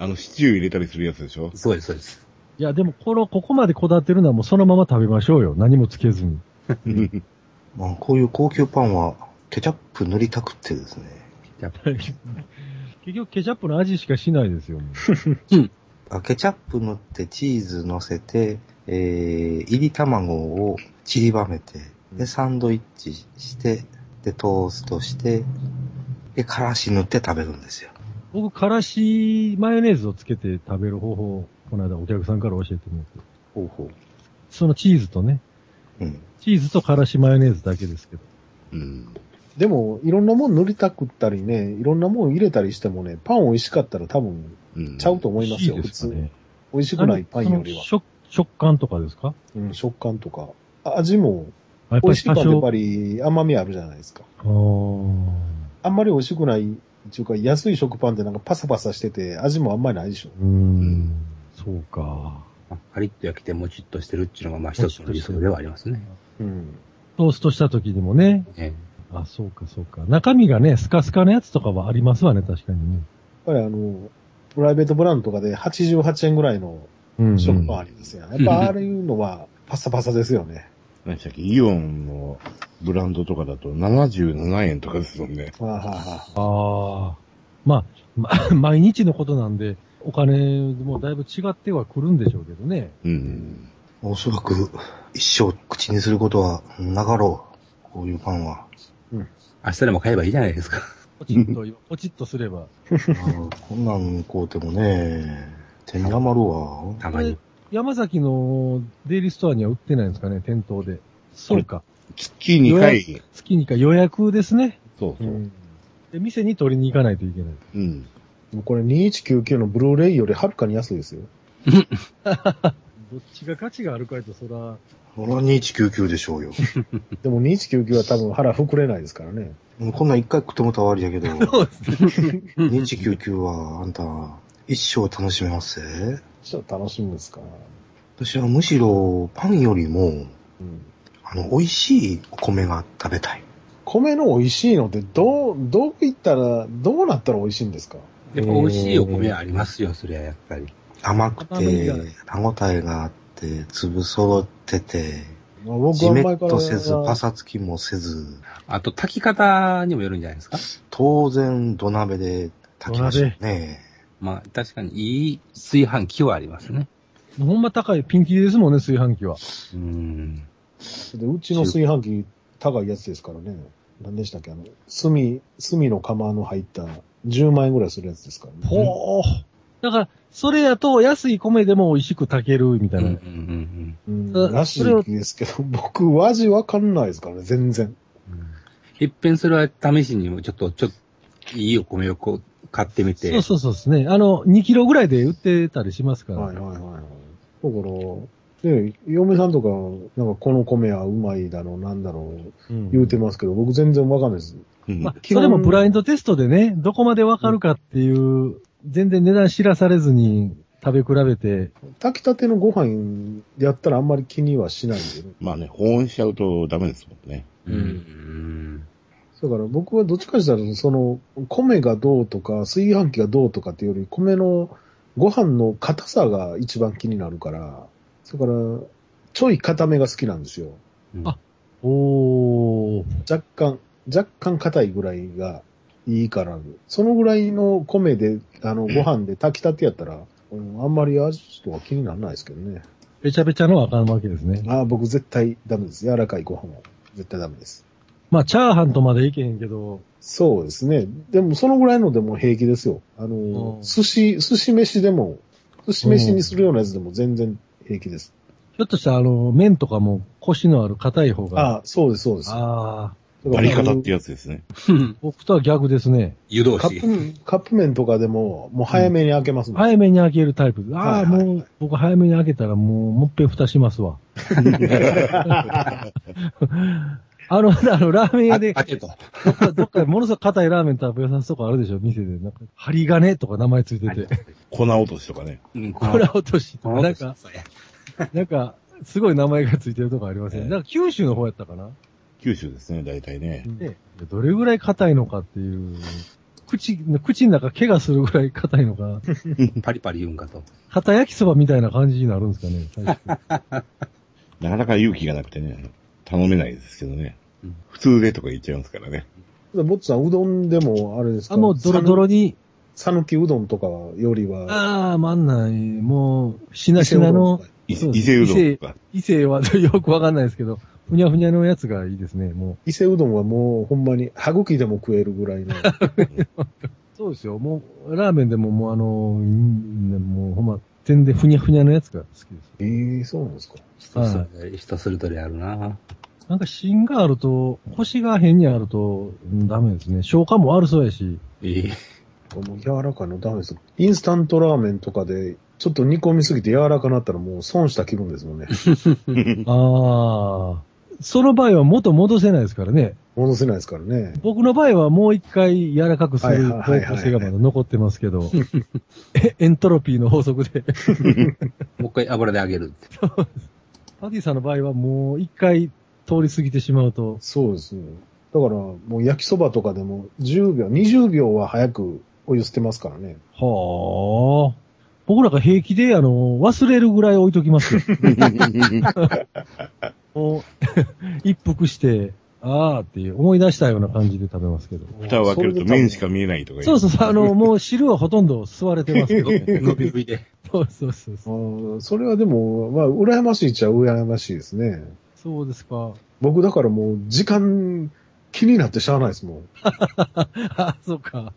Speaker 1: あの、シチュー入れたりするやつでし ょ
Speaker 2: そうです、そうです。
Speaker 5: いや、でも、この、ここまでこだわってるのはもうそのまま食べましょうよ。何もつけずに。
Speaker 7: もうこういう高級パンは、ケチャップ塗りたくってですね。
Speaker 5: 結局、ケチャップの味しかしないですよ。もう
Speaker 7: あケチャップ塗ってチーズ乗せて、えー、入り卵を散りばめて、で、サンドイッチして、で、トーストして、で、からし塗って食べるんですよ。
Speaker 5: 僕、からしマヨネーズをつけて食べる方法を、この間お客さんから教えてもらって。
Speaker 7: ほうほう。
Speaker 5: そのチーズとね、
Speaker 7: うん。
Speaker 5: チーズとからしマヨネーズだけですけど。
Speaker 1: うん。
Speaker 3: でも、いろんなもん塗りたくったりね、いろんなもん入れたりしてもね、パン美味しかったら多分、
Speaker 1: うん。
Speaker 3: ちゃうと思いますよ、
Speaker 5: 美味
Speaker 3: 普
Speaker 5: しいですか
Speaker 3: 通。
Speaker 5: ね。
Speaker 3: 美味しくないパンより
Speaker 5: あの
Speaker 3: は。
Speaker 5: その食、食感とかですか
Speaker 3: うん、食感とか。あ味も、
Speaker 5: あや
Speaker 3: 美
Speaker 5: っぱり
Speaker 3: 味しいパ
Speaker 5: 多
Speaker 3: ンってやっぱ
Speaker 5: 少。
Speaker 3: り甘みあるじゃないですか。
Speaker 5: あー
Speaker 3: あんまり美味しくない、っていうか、安い食パンってなんかパサパサしてて、味もあんまりないでしょ。
Speaker 5: うーん。そうか。
Speaker 2: カリッと焼きてもちっとしてるっていうのが、まあ一つの理想ではありますね。
Speaker 3: うん。
Speaker 5: トーストした時にもね。
Speaker 2: え
Speaker 5: あ、そうか、そうか。中身がね、スカスカのやつとかはありますわね、確かにね。
Speaker 3: やっぱりあの、プライベートブランドとかで88円ぐらいの
Speaker 5: うん
Speaker 3: 食パンありますよ、ね。やっぱああいうのはパサパサですよね。
Speaker 1: 何でしたっけイオンのブランドとかだと77円とかですもんね。
Speaker 3: はあ、はあはあ、
Speaker 5: ああ。まあ、ま 毎日のことなんで、お金もだいぶ違ってはくるんでしょうけどね。
Speaker 1: うん。
Speaker 7: おそらく、一生口にすることはなかろう。こういうパン は。
Speaker 2: え明日でも買えばいいじゃないですか。
Speaker 5: ポチッと、 ポチッとすれば。
Speaker 7: あーこんなん買うてもね、手に余るわ。
Speaker 2: たまに。
Speaker 5: 山崎のデイリーストアには売ってないんですかね、店頭で。そうか。
Speaker 1: 月2回。
Speaker 5: 月にか予約ですね。
Speaker 1: そうそうう。
Speaker 3: ん。
Speaker 5: で、店に取りに行かないといけない。
Speaker 1: うん。
Speaker 3: でもこれ2199のブルーレイよりはるかに安いですよ。
Speaker 5: どっちが価値があるかいと、そら、
Speaker 7: これは2199でしょう よ。
Speaker 3: でも2199は多分腹膨れないですからね。
Speaker 7: もうこんなん一回食ってもたわりだけど、
Speaker 5: そうですね。
Speaker 7: 2199はあんた、一生楽しめますぜ。
Speaker 3: ちょっと楽しみですから。
Speaker 7: 私はむしろ、パンよりも、
Speaker 3: うん。
Speaker 7: あの、美味しいお米が食べたい。
Speaker 3: 米の美味しいのってどう、どういったら、どうなったら美味しいんですか
Speaker 2: やっぱ美味しいお米はありますよ、それはやっぱり。
Speaker 7: 甘く
Speaker 5: 甘み
Speaker 7: て
Speaker 5: がある、
Speaker 7: 歯応えがあって、粒揃ってて、
Speaker 3: まあ僕
Speaker 7: じ
Speaker 3: は
Speaker 7: め
Speaker 3: 前
Speaker 7: っ
Speaker 3: から
Speaker 7: とせず、パサつきもせず、
Speaker 2: あと炊き方にもよるんじゃないですか。
Speaker 7: 当然土鍋で炊きましたね。
Speaker 2: まあ確かにいい炊飯器はありますね。
Speaker 5: ほんま高いピンキリですもんね、炊飯器は。
Speaker 2: うん。
Speaker 3: で、うちの炊飯器、高いやつですからね。何でしたっけあの、炭、炭の釜の入った10万円ぐらいするやつですからね。
Speaker 5: ほー。だから、それやと安い米でも美味しく炊けるみた
Speaker 2: う
Speaker 5: い
Speaker 2: んう
Speaker 5: な。
Speaker 2: んうん
Speaker 3: うん、
Speaker 5: うん
Speaker 3: らしいですけど、僕、和味わかんないですからね、全然。
Speaker 2: うん。いっぺんそれは試しにもちょっと、ちょっと、いいお米をこう、買ってみて。
Speaker 5: そうそうそうですね。あの、2キロぐらいで売ってたりしますから。
Speaker 3: はいはいはいはい。だから、ね、嫁さんとか、なんかこの米はうまいだろう、なんだろう、
Speaker 5: うん
Speaker 3: 言うてますけど、僕全然わかんないです。
Speaker 1: うん
Speaker 5: まあ、それもブラインドテストでね、どこまでわかるかっていう、全然値段知らされずに食べ比べて、
Speaker 3: 炊きたてのご飯やったらあんまり気にはしないんでね。
Speaker 1: まあね、保温しちゃうとダメですもんね。
Speaker 2: うん。うん。
Speaker 3: だから僕はどっちかとしたら、その、米がどうとか、炊飯器がどうとかっていうより、米のご飯の硬さが一番気になるから、だから、ちょい硬めが好きなんですよ。
Speaker 2: うん
Speaker 5: あおー、
Speaker 3: 若干、若干硬いぐらいがいいから、そのぐらいの米で、あの、ご飯で炊きたてやったら、うんあんまり味とか気にならないですけどね。
Speaker 5: べちゃべちゃのはあかんわけですね。
Speaker 3: ああ、僕絶対ダメです。柔らかいご飯は絶対ダメです。
Speaker 5: まあ、チャーハンとまでいけへんけど、
Speaker 3: そうですね。でも、そのぐらいのでも平気ですよ。あ
Speaker 5: う
Speaker 3: の
Speaker 5: ん、
Speaker 3: 寿司、寿司飯でも、寿司飯にするようなやつでも全然平気です。
Speaker 5: ひょっとしたらあの、麺とかも腰のある硬い方が。あ
Speaker 3: ああ、そうです、そうです。
Speaker 5: あ
Speaker 1: バリ方って
Speaker 3: いう。
Speaker 1: やつですね。
Speaker 5: ー、僕とは逆ですね。
Speaker 2: 湯通
Speaker 3: カ
Speaker 2: し
Speaker 3: ッ。プ、カップ麺とかでも、もう早めに開けますもん。
Speaker 5: 早めに開けるタイプ。あ
Speaker 3: は
Speaker 5: あ、
Speaker 3: いはい
Speaker 5: もう、僕早めに開けたらもう、もっぺん蓋しますわ。 あの、あの、ラーメン
Speaker 2: あ
Speaker 5: 屋で、
Speaker 2: 開けと。
Speaker 5: どっか、どっか、ものすごく硬いラーメン食べさすとこあるでしょ、店で。なんか、針金とか名前ついてて。
Speaker 1: 粉落としとかね。
Speaker 2: うん、こ
Speaker 5: 粉落としと
Speaker 2: こ
Speaker 5: か、
Speaker 2: の
Speaker 5: なん
Speaker 2: そう
Speaker 5: か、
Speaker 2: や
Speaker 5: なんか、すごい名前がついてるとこありません、
Speaker 1: ええ
Speaker 5: なんか九州の方やったかな、
Speaker 1: 九州ですね、大体ね。
Speaker 5: で、どれぐらい硬いのかっていう、口、口の中怪我するぐらい硬いの か、
Speaker 2: パリパリ言うんかと。
Speaker 5: 硬焼きそばみたいな感じになるんですかね、最初
Speaker 1: なかなか勇気がなくてね、頼めないですけどね
Speaker 2: うん。
Speaker 1: 普通でとか言っちゃいますからね。
Speaker 3: ボッツさん、うどんでも、あれですか
Speaker 5: あ、もうドロドロに、
Speaker 3: さぬきうどんとかよりは、
Speaker 5: ああ、まんない、もう、しなしなの、
Speaker 1: 伊勢
Speaker 5: そうです
Speaker 1: 伊勢うどんとか。
Speaker 5: 異性は よくわかんないですけど、ふにゃふにゃのやつがいいですね、もう。
Speaker 3: 伊勢うどんはもうほんまに歯茎でも食えるぐらい の。
Speaker 5: そうですよ。もう、ラーメンでももうあの、うんもうほんま、全然ふにゃふにゃのやつが好きです。
Speaker 3: ええそうなんですか。
Speaker 2: 人それぞれ、人それぞれあるな。
Speaker 5: なんか芯があると、腰が変にあると、うんダメですね。消化も悪そうやし。
Speaker 2: いい。
Speaker 3: もう柔らかいのダメです。インスタントラーメンとかで、ちょっと煮込みすぎて柔らかなったらもう損した気分です もんね。
Speaker 5: ああ。その場合は元戻せないですからね。
Speaker 3: 戻せないですからね。
Speaker 5: 僕の場合はもう一回柔らかくする
Speaker 3: はいは
Speaker 5: 方
Speaker 3: いはいはい
Speaker 5: 向性がまだ残ってます けど。えエントロピーの法則で。
Speaker 2: もう一回油で揚げるって。
Speaker 5: パティさんの場合はもう一回通り過ぎてしまうと。
Speaker 3: そうですね。だからもう焼きそばとかでも10秒、20秒は早くお湯捨てますからね。
Speaker 5: はあ。僕らが平気で、あの、忘れるぐらい置いときますよ。もう 一服して、あーっていう、思い出したような感じで食べますけど。
Speaker 1: 蓋を開けると麺しか見えないとか言
Speaker 5: そうそうそう、あ の、もう汁はほとんど吸われてますけど、ね、
Speaker 2: 伸び伸びで。
Speaker 5: そうそうそう
Speaker 3: あ
Speaker 5: そう。
Speaker 3: ーそれはでも、まあ、羨ましいっちゃ羨ましいですね。
Speaker 5: そうですか。
Speaker 3: 僕だからもう時間気になってしゃあないですもん。
Speaker 5: あ、そうか。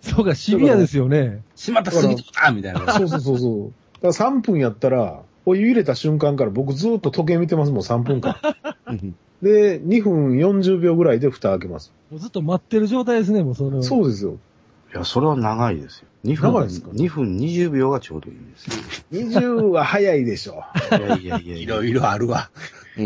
Speaker 5: そうか、シビアですよね。
Speaker 2: しまった過ぎたみたいな。
Speaker 3: そうそうそうそう。だから3分やったら、お湯入れた瞬間から僕ずっと時計見てますもん、3分間。で、2分40秒ぐらいで蓋開けます。
Speaker 5: もうずっと待ってる状態ですね、もうその。
Speaker 3: そうですよ。
Speaker 7: いや、それは長いですよ。2分、
Speaker 3: 長いですか
Speaker 7: 2分20秒がちょうどいいですよ。
Speaker 3: 20は早いでしょ。
Speaker 7: いやいやいや
Speaker 2: い
Speaker 7: い
Speaker 2: ろ
Speaker 7: や。
Speaker 2: いろあるわ。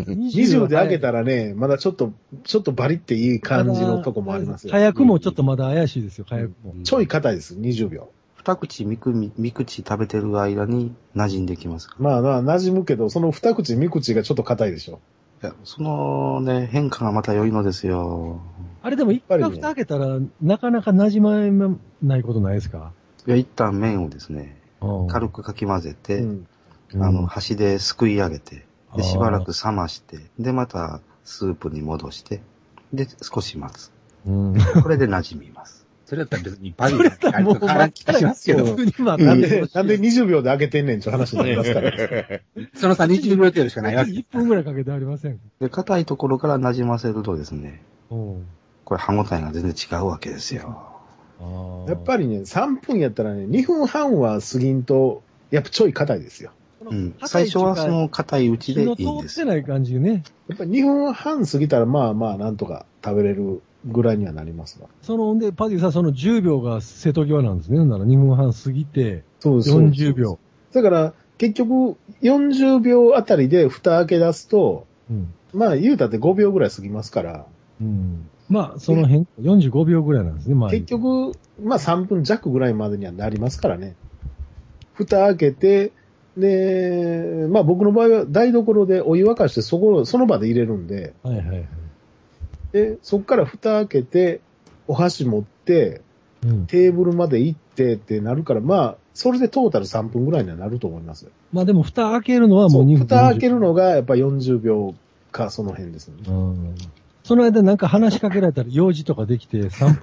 Speaker 3: 20で開けた
Speaker 5: ら
Speaker 3: らね、まだちょっと、ちょっとバリっていい感じのとこもありますよ。
Speaker 5: 火薬もちょっとまだ怪しいですよ、火薬も。
Speaker 3: ちょい硬いです、20秒。
Speaker 7: 二口三口、三口食べてる間に馴染んできますか
Speaker 3: まあまあ、馴染むけど、その二口、三口がちょっと硬いでしょ。
Speaker 7: ら。いや、そのね、変化がまた良いのです よ。
Speaker 5: あれでも一回蓋開けたら、なかなか馴染まないことないですか
Speaker 7: いや、一旦麺をですね、軽
Speaker 5: く、
Speaker 7: くかき混ぜ
Speaker 3: う
Speaker 7: て、
Speaker 3: ん。
Speaker 7: あの、
Speaker 5: うん
Speaker 7: 端ですくい上げて、
Speaker 5: あー
Speaker 7: で、しばらく冷まして、で、またスープに戻して、で、少し待つ。
Speaker 5: うん。
Speaker 7: これで馴染みます。
Speaker 2: それだったら別にパリ
Speaker 5: それだったらもう
Speaker 2: あら気がしますけ
Speaker 3: そ
Speaker 2: ど。
Speaker 3: う
Speaker 5: 普通にまあ、
Speaker 3: なん
Speaker 5: ん
Speaker 3: で、なんで20秒で開けてんねんって話になりますから。
Speaker 2: その差20秒程度しかないわけ。
Speaker 5: 1分ぐらいかけてありません。
Speaker 7: で、硬いところから馴染ませるとですね、
Speaker 5: うん。
Speaker 7: これ歯応えが全然違うわけですよ。
Speaker 3: やっぱ
Speaker 5: り、
Speaker 3: りね、3分やったらね、2分半は過ぎんと、やっぱちょい硬いですよ。
Speaker 7: うん。最初はその硬いう
Speaker 5: 火
Speaker 7: ちでい
Speaker 5: の
Speaker 7: いんで
Speaker 5: 通っ
Speaker 7: す
Speaker 5: て。ない感じね。
Speaker 3: やっぱり2分半過ぎたら、まあまあ、なんとか食べれるぐらいにはなりますが。
Speaker 5: その、んで、パディさん、その10秒が瀬戸際なんですね。なら2分半過ぎて、
Speaker 3: そうです。
Speaker 5: 40秒。
Speaker 3: だから、結局、40秒あたりで蓋開け出すと、
Speaker 5: うん。
Speaker 3: まあ、言うたって5秒ぐらい過ぎますから、
Speaker 5: うん。まあ、その辺、45秒ぐらいなんですね、まあ。
Speaker 3: 結。局、まあ3分弱ぐらいまでにはなりますからね。蓋開けて、で、まあ僕の場合は台所でお湯沸かしてそこ、その場で入れるんで、
Speaker 5: はいはいはい。
Speaker 3: で、そこから蓋開けて、お箸持って、
Speaker 5: うん。
Speaker 3: テーブルまで行ってってなるから、まあ、それでトータル3分ぐらいにはなると思います。
Speaker 5: まあでも、蓋開けるのは
Speaker 3: そ
Speaker 5: もう
Speaker 3: う
Speaker 5: 2分。
Speaker 3: 蓋開けるのがやっぱ40秒か、その辺ですね。
Speaker 5: うん。その間なんか話しかけられたら用事とかできて3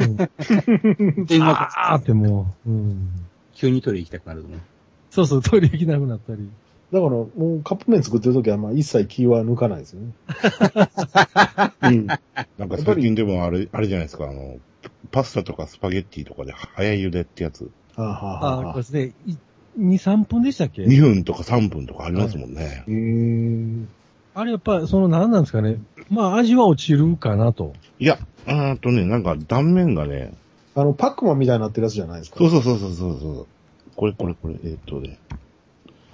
Speaker 5: 分、
Speaker 2: で、なんか、
Speaker 5: あーってもう、うん。
Speaker 2: 急にトイレ行きたくなると思う。
Speaker 5: そうそう、トイレ行けなくなったり。
Speaker 3: だからもうカップ麺作ってる時はまあ一切気は抜かないですよね。
Speaker 1: うん。なんか最近でもあれ、あれじゃないですか、あの、パスタとかスパゲッティとかで早茹でってやつ、
Speaker 3: ああ
Speaker 5: ああ、
Speaker 3: は
Speaker 5: これで、い2、3分でしたっけ
Speaker 1: 2分とか3分とかありますもんね。
Speaker 3: へー
Speaker 5: あれやっぱ、その何なんですかね。まあ味は落ちるかなと。
Speaker 1: いや、うーんとね、なんか断面がね、
Speaker 3: あの、パックマンみたいになってるやつじゃないですか。
Speaker 1: そうそうそうそうそうそう。これこれこれ、えーっとね、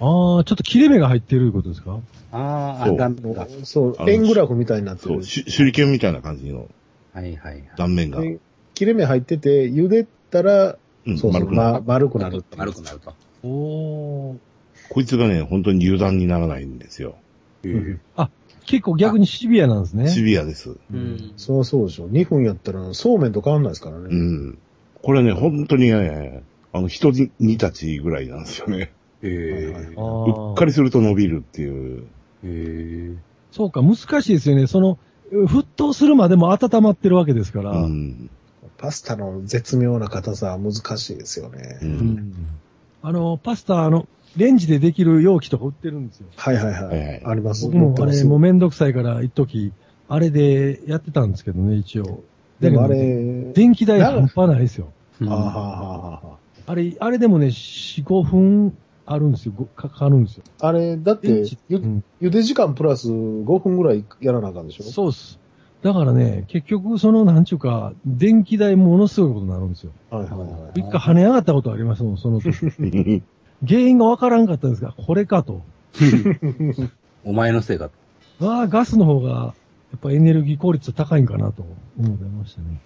Speaker 5: ああ、ちょっと切れ目が入ってるいうことですか
Speaker 2: あ
Speaker 1: そ
Speaker 2: あ、
Speaker 1: う
Speaker 2: だん
Speaker 3: も
Speaker 2: だ。
Speaker 3: うそう
Speaker 1: あ、の
Speaker 3: 円グラフみたいになって
Speaker 1: そ
Speaker 3: る
Speaker 1: う、。し手裏剣みたいな感じの
Speaker 2: はいはい。
Speaker 1: 断面が、う
Speaker 3: で切れ目入ってて、茹でたら、
Speaker 1: ん、
Speaker 3: そうそう
Speaker 1: 丸くなる。
Speaker 3: ま丸くなるっていう
Speaker 2: 丸くなると。
Speaker 5: おー。
Speaker 1: こいつがね、本当に油断にならないんですよ。
Speaker 2: うん。
Speaker 5: 結構逆にシビアなんです
Speaker 1: シ
Speaker 5: ね。
Speaker 1: ビアです。
Speaker 2: うん。
Speaker 3: そりゃそうでしょ。2分やったらそうめんと変わんないですから
Speaker 1: う
Speaker 3: ね。
Speaker 1: ん。これね、本当にね、あの、人に似たちぐらいなんですよね。
Speaker 2: ええ
Speaker 5: あ。
Speaker 1: う
Speaker 5: ー
Speaker 1: っかりすると伸びるっていう。
Speaker 2: ええ。
Speaker 5: そうか、難しいですよね。その、沸騰するまでも温まってるわけですから。
Speaker 1: うん。
Speaker 3: パスタの絶妙な硬さは難しいですよね。
Speaker 1: う。
Speaker 5: うんんあの、パスタ、あの、レンジでできる容器とか売ってるんですよ。
Speaker 3: はいはいは
Speaker 1: はいはい
Speaker 3: い。あります。
Speaker 5: 僕もあれ、もう
Speaker 3: う
Speaker 5: めんどくさいから、一時、あれでやってたんですけどね、一応。
Speaker 3: でもあれ、
Speaker 5: 電気代半端ないですよ。
Speaker 3: あーはー
Speaker 2: あ
Speaker 3: はーは
Speaker 5: あれ、あれでもね、4、5分あるんですよ。ごかかるんですよ。
Speaker 3: ーあれ、だって、
Speaker 5: 電池う
Speaker 3: ゆ
Speaker 5: ん、
Speaker 3: 茹で時間プラス5分ぐらいやらなあかんでしょ
Speaker 5: そうっす。だからね、結局、その、なんちゅうか、電気代ものすごいことになるんですよ。
Speaker 3: はいはいはい。
Speaker 5: 一回跳ね上がったことありますもん、その時。
Speaker 1: うん
Speaker 5: 原因がわからんかったんですが、これかと。
Speaker 2: お前のせいかと。
Speaker 5: ああ、ガスの方が、やっぱエネルギー効率高いんかなと思いましたね。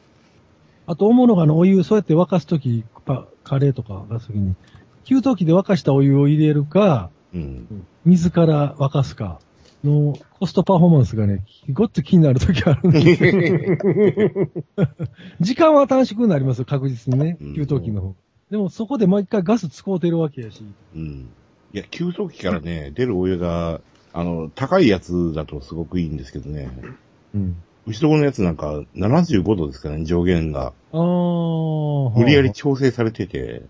Speaker 5: あと思うのが、あの、お湯、そうやって沸かすとき、パカレーとか沸かすときに、給湯器で沸かしたお湯を入れるか、
Speaker 1: うん。
Speaker 5: 水から沸かすかのコストパフォーマンスがね、ごっつ気になるときあるんで。 時間は短縮になりますよ、確実にね。
Speaker 1: うん
Speaker 5: 給湯器の方。でもそこで毎回ガス使うてるわけやし。
Speaker 1: うん。いや、給湯器からね、出るお湯が、あの、高いやつだとすごくいいんですけどね。
Speaker 5: うん。
Speaker 1: うちとこのやつなんか75度ですかね、上限が。
Speaker 5: ああ。
Speaker 1: 無理やり調整されてて、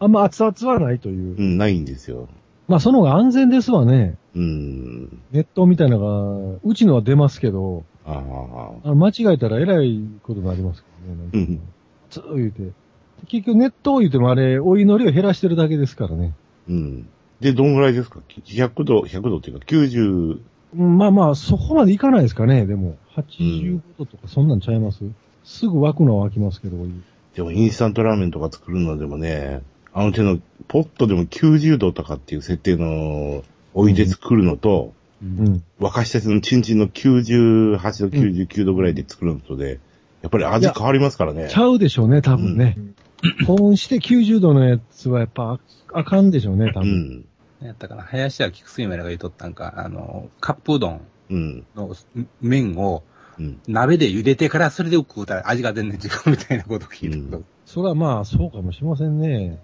Speaker 5: あんま熱々はないという
Speaker 1: う。ん、ないんですよ。
Speaker 5: まあその方が安全ですわね。
Speaker 1: うん。
Speaker 5: 熱湯みたいなのが、うちのは出ますけど、
Speaker 1: ああ。
Speaker 5: あの間違えたらえらいことになりますけどね。
Speaker 1: う
Speaker 5: なん
Speaker 1: ん
Speaker 5: かつー言うて。結局熱湯言うてもあれ、お湯の量減らしてるだけですからね。
Speaker 1: うん。で、どんぐらいですか ?100 度、100度っていうか、90、
Speaker 5: うんまあまあ、そこまでいかないですかね、でも。85度とかそんなんちゃいます、すぐ沸くのは沸きますけど、お湯。
Speaker 1: でもインスタントラーメンとか作るのでもね、あの手の、ポットでも90度とかっていう設定のお湯で作るのと、
Speaker 5: うん。
Speaker 1: 沸かしたてのチンチンの98度、99度ぐらいで作るのとで、やっぱり味変わりますからね
Speaker 5: ち。ゃうでしょうね、多分ね。保温して90度のやつはやっぱああかんでしょうね、多
Speaker 1: う
Speaker 5: 分。
Speaker 1: ん。
Speaker 2: 何やったかな林家菊水丸が言っとったんか、あの、カップうどん
Speaker 1: うん。
Speaker 2: のん麺を
Speaker 1: うん。
Speaker 2: 鍋で茹でてからそれで食うたら味が全然違うみたいなことを聞いたこと。
Speaker 5: それはまあ、そうかもしれませんね。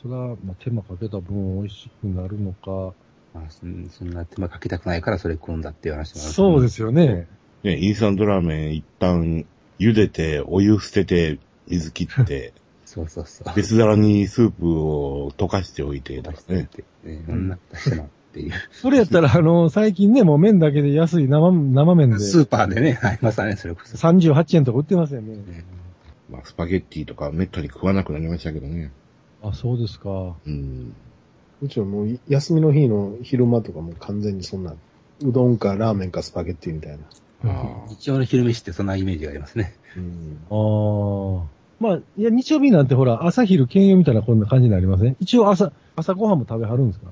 Speaker 5: それは、まあ、手間かけた分美味しくなるのか。
Speaker 2: まあそんそんな手間かけたくないからそれ食うんだっていう話もある。。
Speaker 5: そうですすよね。
Speaker 1: ね、インスタントラーメン一旦茹でて、お湯捨てて、水切 って、
Speaker 2: そうそうそう。
Speaker 1: 別皿にスープを溶かしておいて、とかね。
Speaker 2: ねそんなことしてなっていう。
Speaker 5: それやったら、あの、最近ね、もう麺だけで安い生、生麺で
Speaker 2: スーパーでね、ありましたね、それこそ。
Speaker 5: 38円とか売ってますよね。
Speaker 1: まあ、スパゲッティとかめったに食わなくなりましたけどね。
Speaker 5: あ、そうですか。
Speaker 1: うん。
Speaker 3: うちはもう休みの日の昼間とかもう完全にそんな、うどんかラーメンかスパゲッティみたいな。
Speaker 1: あ
Speaker 2: 一応の昼飯ってそんなイメージがありますね。
Speaker 3: うん。
Speaker 5: ああ。まあ、いや、日曜日なんてほら、朝昼兼用みたいなこんな感じになりません一応朝、朝ごはんも食べはるんですか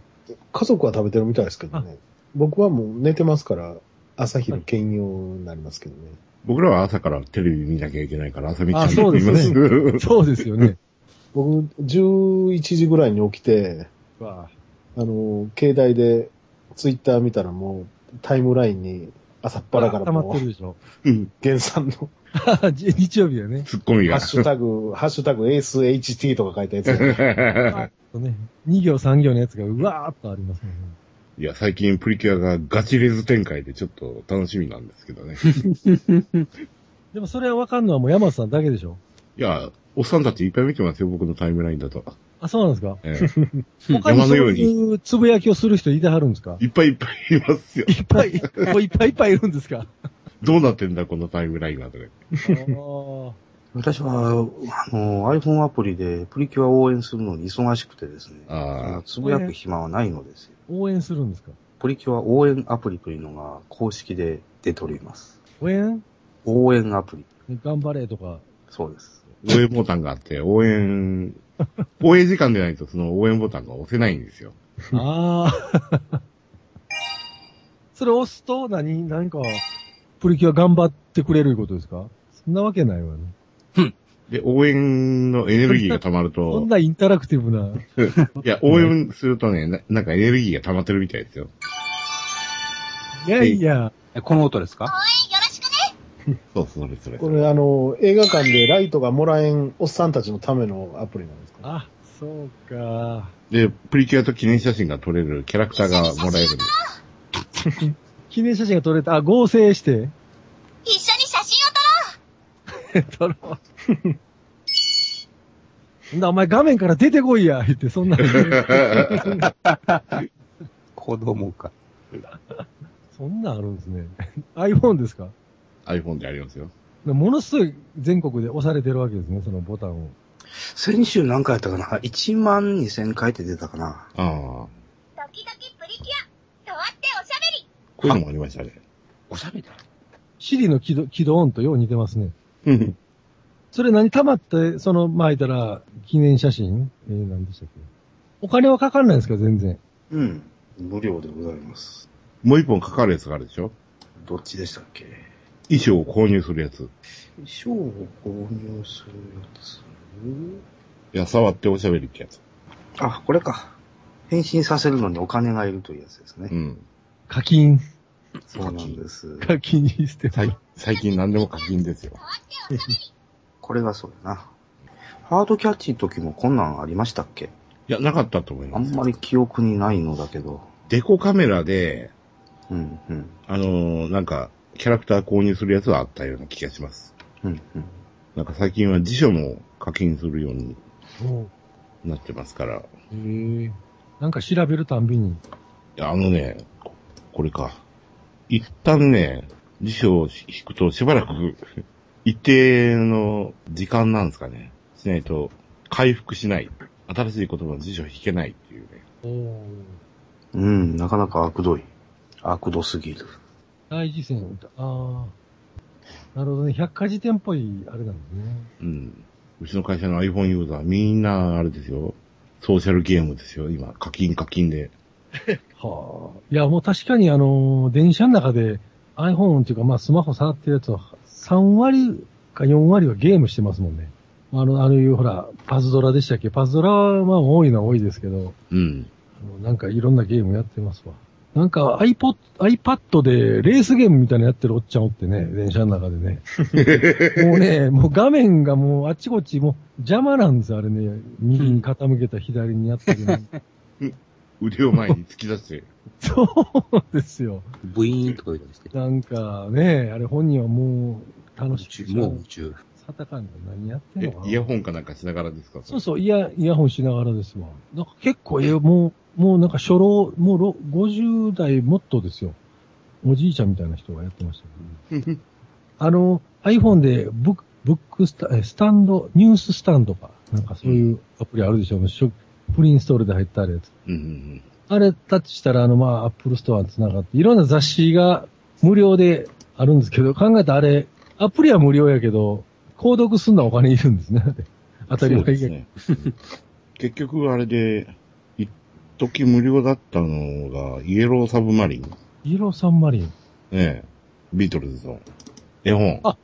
Speaker 3: 家族は食べてるみたいですけどね。僕はもう寝てますから、朝昼兼用になりますけどね。
Speaker 1: 僕らは朝からテレビ見なきゃいけないから、朝見ちゃ
Speaker 5: あそうう
Speaker 1: で
Speaker 5: ですす
Speaker 1: ま
Speaker 5: ね
Speaker 1: す。
Speaker 5: そうですよね。
Speaker 3: 僕、11時ぐらいに起きて、
Speaker 5: わ
Speaker 3: あの、携帯でツイッター見たらもうタイムラインに朝っぱらから
Speaker 5: 溜ま
Speaker 3: も
Speaker 5: ってる
Speaker 3: う、
Speaker 5: でしょ。
Speaker 1: うん
Speaker 3: 原産の
Speaker 5: じ日曜日だよね。
Speaker 1: ツッコミ
Speaker 3: ハ
Speaker 1: が
Speaker 3: ッ。シュタグ、ハッシュタグエース HT とか書いたやつが。
Speaker 5: とね、2行3行のやつがうわーっとありますもんね。
Speaker 1: いや、最近プリキュアがガチレズ展開でちょっと楽しみなんですけど ね。
Speaker 5: でもそれはわかんのはもう山田さんだけでしょ。
Speaker 1: いや、おっさんたちいっぱい見てますよ、僕のタイムラインだと。
Speaker 5: あ、そうなんですか
Speaker 1: え
Speaker 5: 他に
Speaker 1: 山
Speaker 5: そ
Speaker 1: の
Speaker 5: う
Speaker 1: ように
Speaker 5: いうつぶやきをする人いてはるんですか
Speaker 1: えいっぱいいっぱいいますよ。
Speaker 5: いっぱい、もういっぱいいっぱいいるんですか
Speaker 1: どうなってんだ、このタイムラインはとか。
Speaker 5: あー
Speaker 7: 私は、あの、iPhone アプリでプリキュアを応援するのに忙しくてですね。
Speaker 1: ああ
Speaker 7: つぶやく暇はないのですよ。
Speaker 5: 応援するんですか
Speaker 7: プリキュア応援アプリというのが公式で出ております。
Speaker 5: 応援
Speaker 7: 応援アプリ。
Speaker 5: ね頑張れとか。
Speaker 7: そうです。
Speaker 1: 応援ボタンがあって、応援、応援時間でないとその応援ボタンが押せないんですよ。
Speaker 5: ああ。 それ押すと何、何か、プリキュア頑張ってくれるいうことですかそんなわけないわね。
Speaker 1: で、応援のエネルギーが溜まる
Speaker 5: そ
Speaker 1: と
Speaker 5: ん、なインタラクティブな。
Speaker 1: いや、応援するとねな、なんかエネルギーが溜まってるみたいですよ。
Speaker 5: いやいや、
Speaker 2: えこの音ですか
Speaker 1: そう、それそれ。
Speaker 3: これあの、映画館でライトがもらえんおっさんたちのためのアプリなんですか
Speaker 5: あ、そうか。
Speaker 1: で、プリキュアと記念写真が撮れるキャラクターがもらえるんです。
Speaker 5: 記念写真が撮れた。あ、合成して。
Speaker 4: 一緒に写真を
Speaker 5: 撮ろう。 んだ、お前画面から出てこいや、言って、そんな。
Speaker 2: 子供か。
Speaker 5: そんなんあるんですね。iPhone ですか
Speaker 1: iPhone でありますよ。
Speaker 5: ものすごい全国で押されてるわけですね、そのボタンを。
Speaker 7: 先週何回やったかな ?1 万2000回って出たかな
Speaker 1: ああ。
Speaker 4: 撮ろう時々プリキュア触っておしゃべり
Speaker 1: こういうのもありましたね。
Speaker 2: おしゃべりだ。
Speaker 5: シリの起動起動音とよう似てますね。
Speaker 1: うん。
Speaker 5: それ何溜まって、その、まいたら、記念写真えー、何でしたっけお金はかかんないんですか、全然。
Speaker 7: うん。無料でございます。
Speaker 1: もう一本かかるやつがあるでしょ
Speaker 7: どっちでしたっけ
Speaker 1: 衣装を購入するやつ。
Speaker 7: 賞を購入するやつ。
Speaker 1: いや、触っておしゃべりってやつ。
Speaker 7: あ、これか。返信させるのにお金がいるというやつですね
Speaker 1: う。ん。
Speaker 5: 課金、
Speaker 7: そうなんです。
Speaker 5: 課金にして
Speaker 1: 最最近何でも課金ですよ。
Speaker 7: これがそうだな。ハードキャッチの時もこんなんありましたっけ
Speaker 1: いや、なかったと思いま
Speaker 7: あ
Speaker 1: す
Speaker 7: ん
Speaker 1: よ。
Speaker 7: まり記憶にないのだけど。
Speaker 1: デコカメラで、
Speaker 7: うん、うん、
Speaker 1: あのーなんか、キャラクター購入するやつはあったような気がします。
Speaker 7: うん、うん。
Speaker 1: なんか最近は辞書も課金するように
Speaker 5: おう
Speaker 1: なってますから。
Speaker 5: へえ。なんか調べるたんびに。
Speaker 1: いや、あのね、ここれか。一旦ね、辞書を引くとしばらく、 一定の時間なんですかね。しないと、回復しない。新しい言葉の辞書を引けないっていうね。
Speaker 5: お
Speaker 7: うん、なかなか悪どい。悪どすぎる。
Speaker 5: 大事線。ああ。なるほどね。百科事典っぽい、あれなんですね。
Speaker 1: うん。うちの会社の iPhone ユーザーみんな、あれですよ。ソーシャルゲームですよ。今、課金課金で。
Speaker 5: はあ。いや、もう確かにあのー、電車の中で iPhone っていうか、まあスマホ触ってるやつは、3割か4割はゲームしてますもんね。あの、あのいうほら、パズドラでしたっけパズドラはまあ多いのは多いですけど、
Speaker 1: うん。
Speaker 5: あのなんかいろんなゲームやってますわ。なんか iPod、iPad でレースゲームみたいなのやってるおっちゃんおってね、電車の中 でね。もうね、もう画面がもうあっちこっちもう邪魔なんですよ、あれね。右に傾けた左にやって るの。
Speaker 1: 腕を前に突き出 して。
Speaker 5: そうですよ。
Speaker 2: ブイーンとか言ったりして。
Speaker 5: なんかね、あれ本人はもう楽しく、
Speaker 2: もう宇宙。
Speaker 5: さたかんで何やってん
Speaker 1: え
Speaker 5: のか、
Speaker 1: イヤ
Speaker 5: な
Speaker 1: ホンかなんかしながらですか
Speaker 5: そうそう、イヤ、イヤホンしながらですわ。なんか結構、え、もう、もうなんか初老、もうろ50代もっとですよ。おじいちゃんみたいな人がやってましたけど、 あの、iPhone でブック、ブックスタ、えスタンド、ニューススタンドか。なんかそういうアプリあるでしょ。しょプリインストールで入ったあるやつ。
Speaker 1: うんうんうん。
Speaker 5: あれタッチしたら、あの、まあ、アップルストアに繋がって、いろんな雑誌が無料であるんですけど、考えたらあれ、アプリは無料やけど、購読すんのはお金い るんですね。あれ当たり
Speaker 1: そうで
Speaker 5: 前
Speaker 1: す
Speaker 5: やけど。
Speaker 1: ね。結局、あれで、い時無料だったのが、イエローサブマリン。
Speaker 5: イエローサンマリン。
Speaker 1: ええ。ビートルズの。絵本。
Speaker 5: あ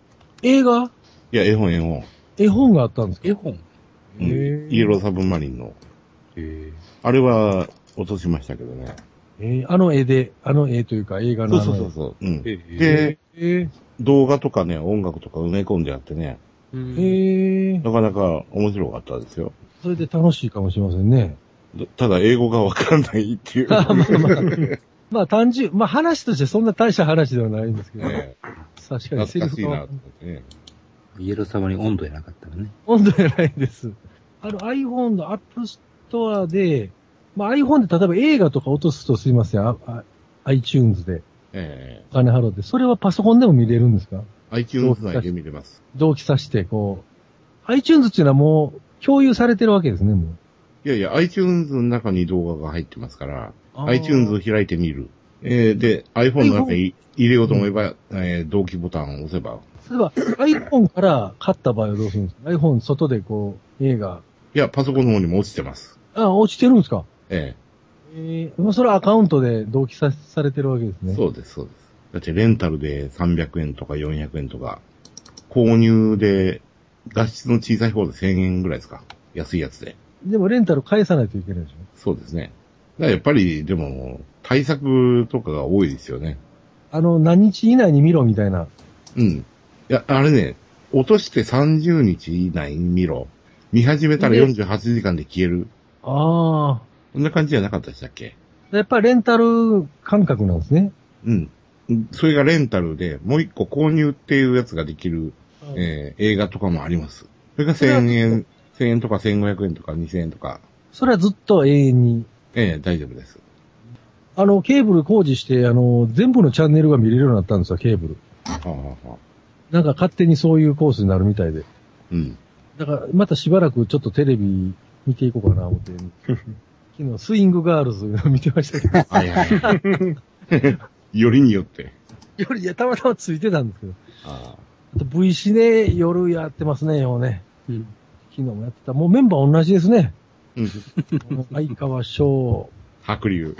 Speaker 5: 映画
Speaker 1: いや、絵本、絵本。
Speaker 5: 絵本があったんですか
Speaker 2: 絵本
Speaker 1: うんイエローサブマリンの。
Speaker 2: え
Speaker 1: あれは、落としましたけどね。
Speaker 5: えーあの絵で、あの絵というか映画
Speaker 1: そ
Speaker 5: の
Speaker 1: う
Speaker 5: あ
Speaker 1: そ
Speaker 5: の
Speaker 1: うそうそう。うん。
Speaker 2: え
Speaker 1: で、
Speaker 5: え
Speaker 1: 動画とかね、音楽とか埋め込んでやってね、
Speaker 5: ー、えー、
Speaker 1: なかなか面白かったですよ。
Speaker 5: それで楽しいかもしれませ んね。
Speaker 1: どただ、英語がわかんないっていう。
Speaker 5: あまあまあ、 まあ単純、まあ話としてそんな大した話ではないんですけど、
Speaker 1: ね
Speaker 5: 確かに
Speaker 1: 懐
Speaker 5: セリ
Speaker 1: か
Speaker 5: フ
Speaker 1: しいな
Speaker 5: が
Speaker 1: と思ってね。
Speaker 2: イエローサブに温度やなかったらね。
Speaker 5: 温度じゃないです。あの iPhone の App Store で、まあ iPhone で例えば映画とか落とすとすいません、ああ iTunes で
Speaker 1: え
Speaker 5: お金払って、それはパソコンでも見れるんですか
Speaker 1: え iTunes 内で見れます。
Speaker 5: 同期させて、こう、iTunes っていうのはもう共有されてるわけですね、もう。
Speaker 1: いやいや、iTunes の中に動画が入ってますから、
Speaker 5: あー
Speaker 1: iTunes を開いてみる。えーで、iPhone の中に入れようと思えば、えー同期ボタンを押せば。
Speaker 5: 例 えば iPhone から買った場合はどうするんですか ?iPhone 外でこう、映画。
Speaker 1: いや、パソコンの方にも落ちてます。
Speaker 5: あ、落ちてるんですか
Speaker 1: え
Speaker 5: ええまあそれはアカウントで同期さされてるわけです
Speaker 1: え
Speaker 5: ね。
Speaker 1: そうです、そうです。だってレンタルで300円とか400円とか、購入で、画質の小さい方で1000円ぐらいですか。安いやつで。
Speaker 5: でもレンタル返さないといけないでしょ
Speaker 1: そうですね。だからやっぱり、でも、対策とかが多いですよね。
Speaker 5: あの、何日以内に見ろみたいな。
Speaker 1: うん。いや、あれね、落として30日以内に見ろ。見始めたら48時間で消える。
Speaker 5: ああ。
Speaker 1: こんな感じじゃなかったでしたっけ
Speaker 5: やっぱりレンタル感覚なんですね。
Speaker 1: うん。それがレンタルで、もう一個購入っていうやつができる、えー映画とかもあります。それが1000円、1000円とか1500円とか2000円とか、
Speaker 5: それはずっと永遠に。
Speaker 1: ええ大丈夫です。
Speaker 5: あの、ケーブル工事して、あの、全部のチャンネルが見れるようになったんですよ、ケーブル。
Speaker 1: はあ、はあはあ、
Speaker 5: なんか勝手にそういうコースになるみたいで。
Speaker 1: うん。
Speaker 5: だから、またしばらくちょっとテレビ見ていこうかな、思 って。昨日、スイングガールズいうの見てましたけど。
Speaker 1: はいはい。 よりによって。
Speaker 5: より、いや、たまたまついてたんですけど。
Speaker 1: あ
Speaker 5: あと V シネ、夜やってますね、ようね。
Speaker 2: うん。
Speaker 5: 昨日もやってた。もうメンバー同じですね。
Speaker 1: あ。うん。
Speaker 5: もう相川翔、
Speaker 1: 白龍。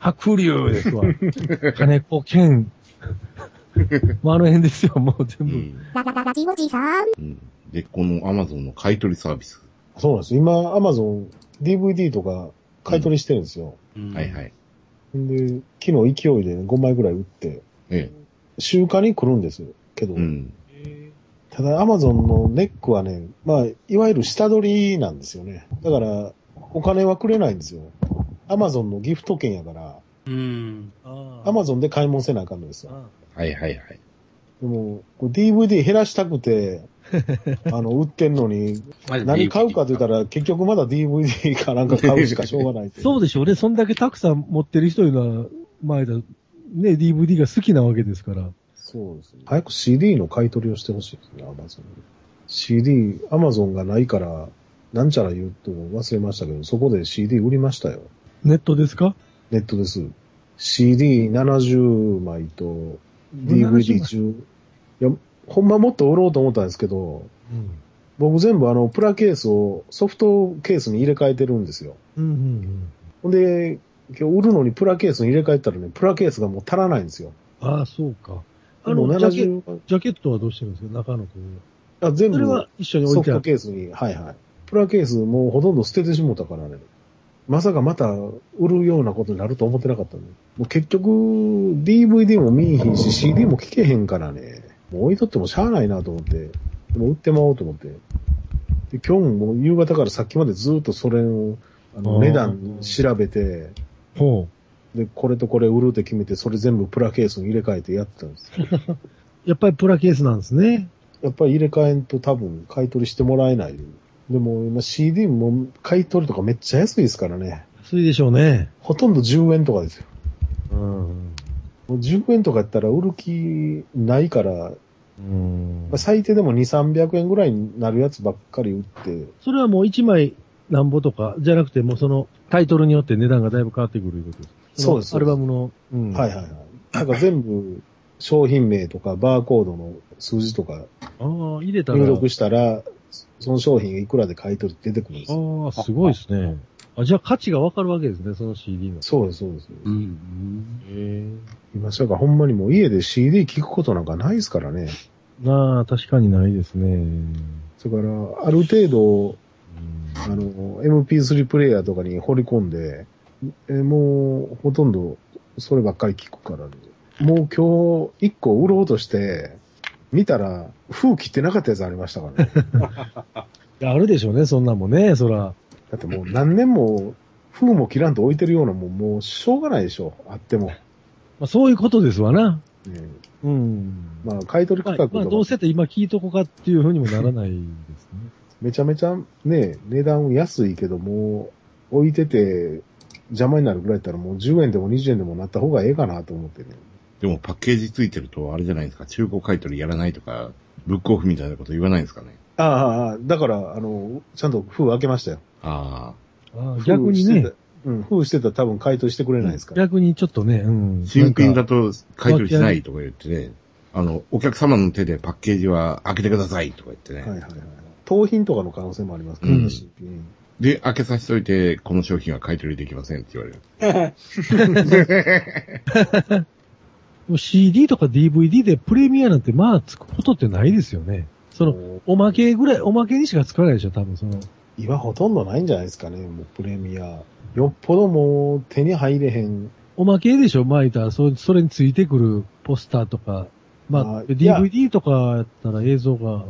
Speaker 5: 白龍です わ。金子 健。もうあの辺ですよ、もう
Speaker 1: う
Speaker 5: 全部。
Speaker 1: ん。
Speaker 6: ララララジオジさん。
Speaker 1: うん、で、このアマゾンの買い取りサービス。
Speaker 3: そうなんですよ。今、アマゾン DVD とか買い取りしてるんですよ。
Speaker 1: はいはいい。
Speaker 3: で、昨日勢いで5枚ぐらい売って、
Speaker 1: え
Speaker 3: 集荷に来るんですけど、
Speaker 1: え。うん。
Speaker 3: ただ Amazon のネックはね、まあ、いわゆる下取りなんですよね。だから、お金はくれないんですよ。Amazon のギフト券やから、
Speaker 2: うん。
Speaker 5: あー
Speaker 3: Amazon で買い物せなあかんのですよ。
Speaker 5: あ
Speaker 1: はいはいはい。
Speaker 3: でも、これ DVD 減らしたく て、あの、売ってんのに、何買うかと言った
Speaker 2: ら。
Speaker 3: ら、結局まだ DVD かなんか買うしかしょうがないって
Speaker 5: ーそうでしょうね。そんだけたくさん持ってる人いうのは、前だ、ね、DVD が好きなわけですから。
Speaker 3: そうですね。早く CD の買い取りをしてほしいですね、アマゾン。CD、アマゾンがないから、なんちゃら言うと忘れましたけど、そこで CD 売りましたよ。
Speaker 5: ネットですか
Speaker 3: ネットです。CD70 枚と DVD10。いや、ほんまもっと売ろうと思ったんですけど、
Speaker 5: うん。
Speaker 3: 僕全部あの、プラケースをソフトケースに入れ替えてるんですよ。
Speaker 5: うんうんうん。
Speaker 3: ほんで、今日売るのにプラケースに入れ替えたらね、プラケースがもう足らないんですよ。
Speaker 5: ああ、そうか。あ
Speaker 3: も
Speaker 5: の
Speaker 3: う、
Speaker 5: ジャケ
Speaker 3: 70
Speaker 5: ジャケットはどうしてるんですか中の子。
Speaker 3: あ、全
Speaker 5: そ
Speaker 3: 部
Speaker 5: れは一緒に置
Speaker 3: ソ
Speaker 5: い
Speaker 3: フ
Speaker 5: てあ
Speaker 3: ト
Speaker 5: る。
Speaker 3: ケースに、はいはい。プラケースもうほとんど捨ててしもうたからね。まさかまた売るようなことになると思ってなかったね。もう結局、DVD も見えひんし、CD も聴けへんからね。もう置いとってもしゃあないなと思って、でも売ってまおうと思って。で、今日も夕方からさっきまでずっとそれを、あ
Speaker 5: あー
Speaker 3: の、値段調べて、
Speaker 5: ほう。
Speaker 3: で、これとこれ売るって決めて、それ全部プラケースに入れ替えてやってたんですよ。
Speaker 5: やっぱりプラケースなんですね。
Speaker 3: やっぱり入れ替えんと多分買い取りしてもらえない。でも今 CD も買い取りとかめっちゃ安いですからね。
Speaker 5: 安いでしょうね。
Speaker 3: ほとんど10円とかですよ。
Speaker 5: うん。
Speaker 3: もう10円とかやったら売る気ないから、
Speaker 5: うん
Speaker 3: まあ最低でも2、300円ぐらいになるやつばっかり売って、
Speaker 5: それはもう一枚なんぼとかじゃなくて、もうそのタイトルによって値段がだいぶ変わってくるいうことです。
Speaker 3: そうです
Speaker 5: のアルバムの。うん
Speaker 3: はいはいはい。なんか全部商品名とかバーコードの数字とか
Speaker 5: ああ、入れたら。
Speaker 3: 入力したら、その商品いくらで買い取り出てくるんですよ。
Speaker 5: ああ、すごいですね。あ、じゃあ価値がわかるわけですね、その CD の。
Speaker 3: そうです、そうです。
Speaker 2: うん。
Speaker 3: 今、それからほんまにもう家で CD 聞くことなんかないですからね。
Speaker 5: なあ、確かにないですね。
Speaker 3: それから、ある程度、あの、MP3 プレイヤーとかに放り込んで、えもう、ほとんど、そればっかり聞くから、もう今日、一個売ろうとして、見たら、封切ってなかったやつありましたからね。
Speaker 5: いやあるでしょうね、そんなんもね、そら。
Speaker 3: だってもう何年も、封も切らんと置いてるようなもん、もう、しょうがないでしょ。あっても。
Speaker 5: まあ、そういうことですわな。
Speaker 3: うん
Speaker 5: うん。
Speaker 3: まあ、買い取り
Speaker 5: ま
Speaker 3: 価
Speaker 5: あ、
Speaker 3: 格
Speaker 5: まあ
Speaker 3: と
Speaker 5: どう
Speaker 3: か、
Speaker 5: せって今聞いとこかっていうふうにもならないですね。
Speaker 3: めちゃめちゃね、値段安いけども、置いてて邪魔になるぐらいだったらもう10円でも20円でもなった方がええかなと思ってね。
Speaker 1: でもパッケージついてると、あれじゃないですか、中古買い取りやらないとか、ブックオフみたいなこと言わないんですかね。
Speaker 3: ああああ、だから、あの、ちゃんと封開けましたよ。
Speaker 1: あ
Speaker 5: ああ逆
Speaker 3: 封
Speaker 5: に
Speaker 3: して
Speaker 5: ね
Speaker 3: た、。うん、封してたら多分回答してくれないですから。
Speaker 5: 逆にちょっとね、うん。
Speaker 1: あ。新品
Speaker 5: なんか
Speaker 1: だと買い取りしないとか言ってね、あの、お客様の手でパッケージは開けてくださいとか言ってね。
Speaker 3: はいはいはい。盗品とかの可能性もありますからね、
Speaker 1: うん
Speaker 3: 新品
Speaker 1: で、開けさせといて、この商品は買い取りできませんって言われる。
Speaker 5: でも CD とか DVD でプレミアなんてまあつくことってないですよね。その、
Speaker 3: もう
Speaker 5: おまけぐらい、おまけにしかつかないでしょ、多分その。
Speaker 3: 今ほとんどないんじゃないですかね、もうプレミア。よっぽどもう手に入れへん。
Speaker 5: おまけでしょ、まあ言ったら、そそれについてくるポスターとか、まあ、
Speaker 3: あいや
Speaker 5: DVD とかやったら映像が、そうか。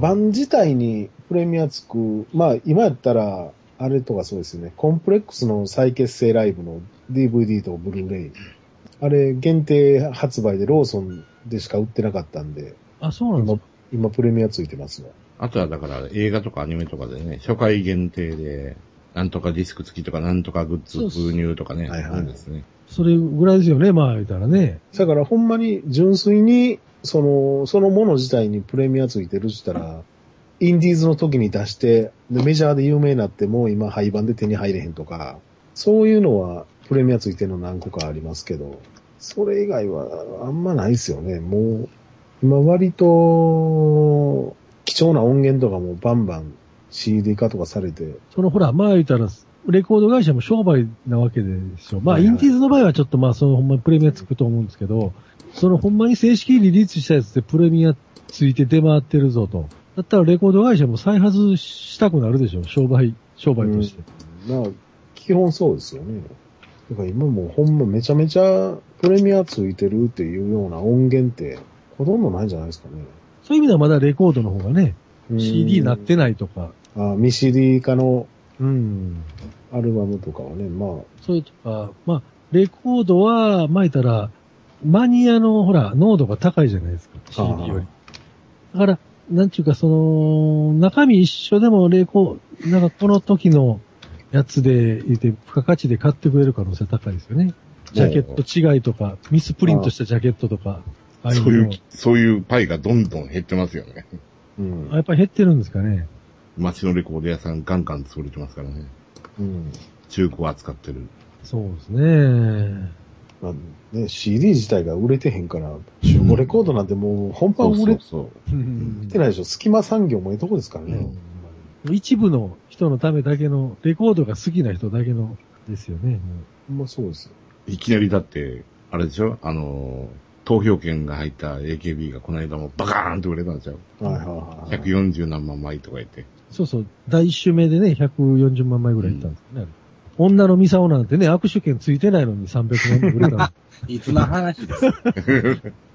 Speaker 3: 版自体にプレミアつく、まあ今やったら、あれとかそうですよね。コンプレックスの再結成ライブの DVD とブルーレイ。あれ限定発売でローソンでしか売ってなかったんで、
Speaker 5: あ、そうなんです
Speaker 3: 今
Speaker 5: か。、
Speaker 3: 今プレミアついてますわ。
Speaker 1: あとはだから映画とかアニメとかでね、初回限定で、なんとかディスク付きとか、なんとかグッズ封入とかね、
Speaker 3: そうそう
Speaker 1: あるんですね。
Speaker 5: それぐらいですよね、まあ言ったらね。
Speaker 3: だからほんまに純粋に、その、そのもの自体にプレミアついてるって言ったら、インディーズの時に出して、でメジャーで有名になってもう今廃盤で手に入れへんとか、そういうのはプレミアついてるの何個かありますけど、それ以外はあんまないですよね。もう、今割と、貴重な音源とかもバンバン CD 化とかされて、
Speaker 5: そのほら、まあ言ったら、レコード会社も商売なわけでしょ。まあ、
Speaker 3: はいはい
Speaker 5: インディーズの場合はちょっとまあ、そのほんまにプレミアつくと思うんですけど、そのほんまに正式にリリースしたやつでプレミアついて出回ってるぞと。だったらレコード会社も再発したくなるでしょ、商売、商売として。
Speaker 3: まあ、基本そうですよね。だから今もうほんまめちゃめちゃプレミアついてるっていうような音源ってほとんどないんじゃないですかね。
Speaker 5: そういう意味ではまだレコードの方がね、
Speaker 3: うん
Speaker 5: CD なってないとか、
Speaker 3: あ、ミ CD 化の
Speaker 5: うん。
Speaker 3: アルバムとかはね、まあ、
Speaker 5: そういうとか、まあ、レコードは、まあ言ったら、マニアの、ほら、濃度が高いじゃないですか、
Speaker 3: あー
Speaker 5: CD より。だから、なんちゅうか、その、中身一緒でも、レコーなんかこの時のやつで、いて、付加価値で買ってくれる可能性高いですよね。ジャケット違いとか、ミスプリントしたジャケットとか、ああい
Speaker 1: そううい
Speaker 5: の
Speaker 1: う、そういうパイがどんどん減ってますよね。
Speaker 3: うん
Speaker 5: あ。やっぱり減ってるんですかね。
Speaker 1: 街のレコード屋さんガンガン潰れてますからね。
Speaker 3: うん
Speaker 1: 中古を扱ってる。
Speaker 5: そうです ね。
Speaker 3: まあね、CD 自体が売れてへんから、中古レコードなんてもう本番売れ
Speaker 1: そう
Speaker 3: てないでしょ。隙間産業もええとこですから
Speaker 1: う
Speaker 3: ね。
Speaker 1: ん
Speaker 5: 一部の人のためだけの、レコードが好きな人だけの、ですよね。
Speaker 3: ほんまそうですよ。
Speaker 1: いきなりだって、あれでしょあの、投票券が入った AKB がこの間もバカーンと売れたんですよ。
Speaker 3: はいはいはいはい。
Speaker 1: 140何万枚とか言って。
Speaker 5: そうそう、第一週目でね、140万枚ぐらいいったんですよね。女のミサオなんてね、握手券ついてないのに300万枚売れた の
Speaker 2: いつの話ですか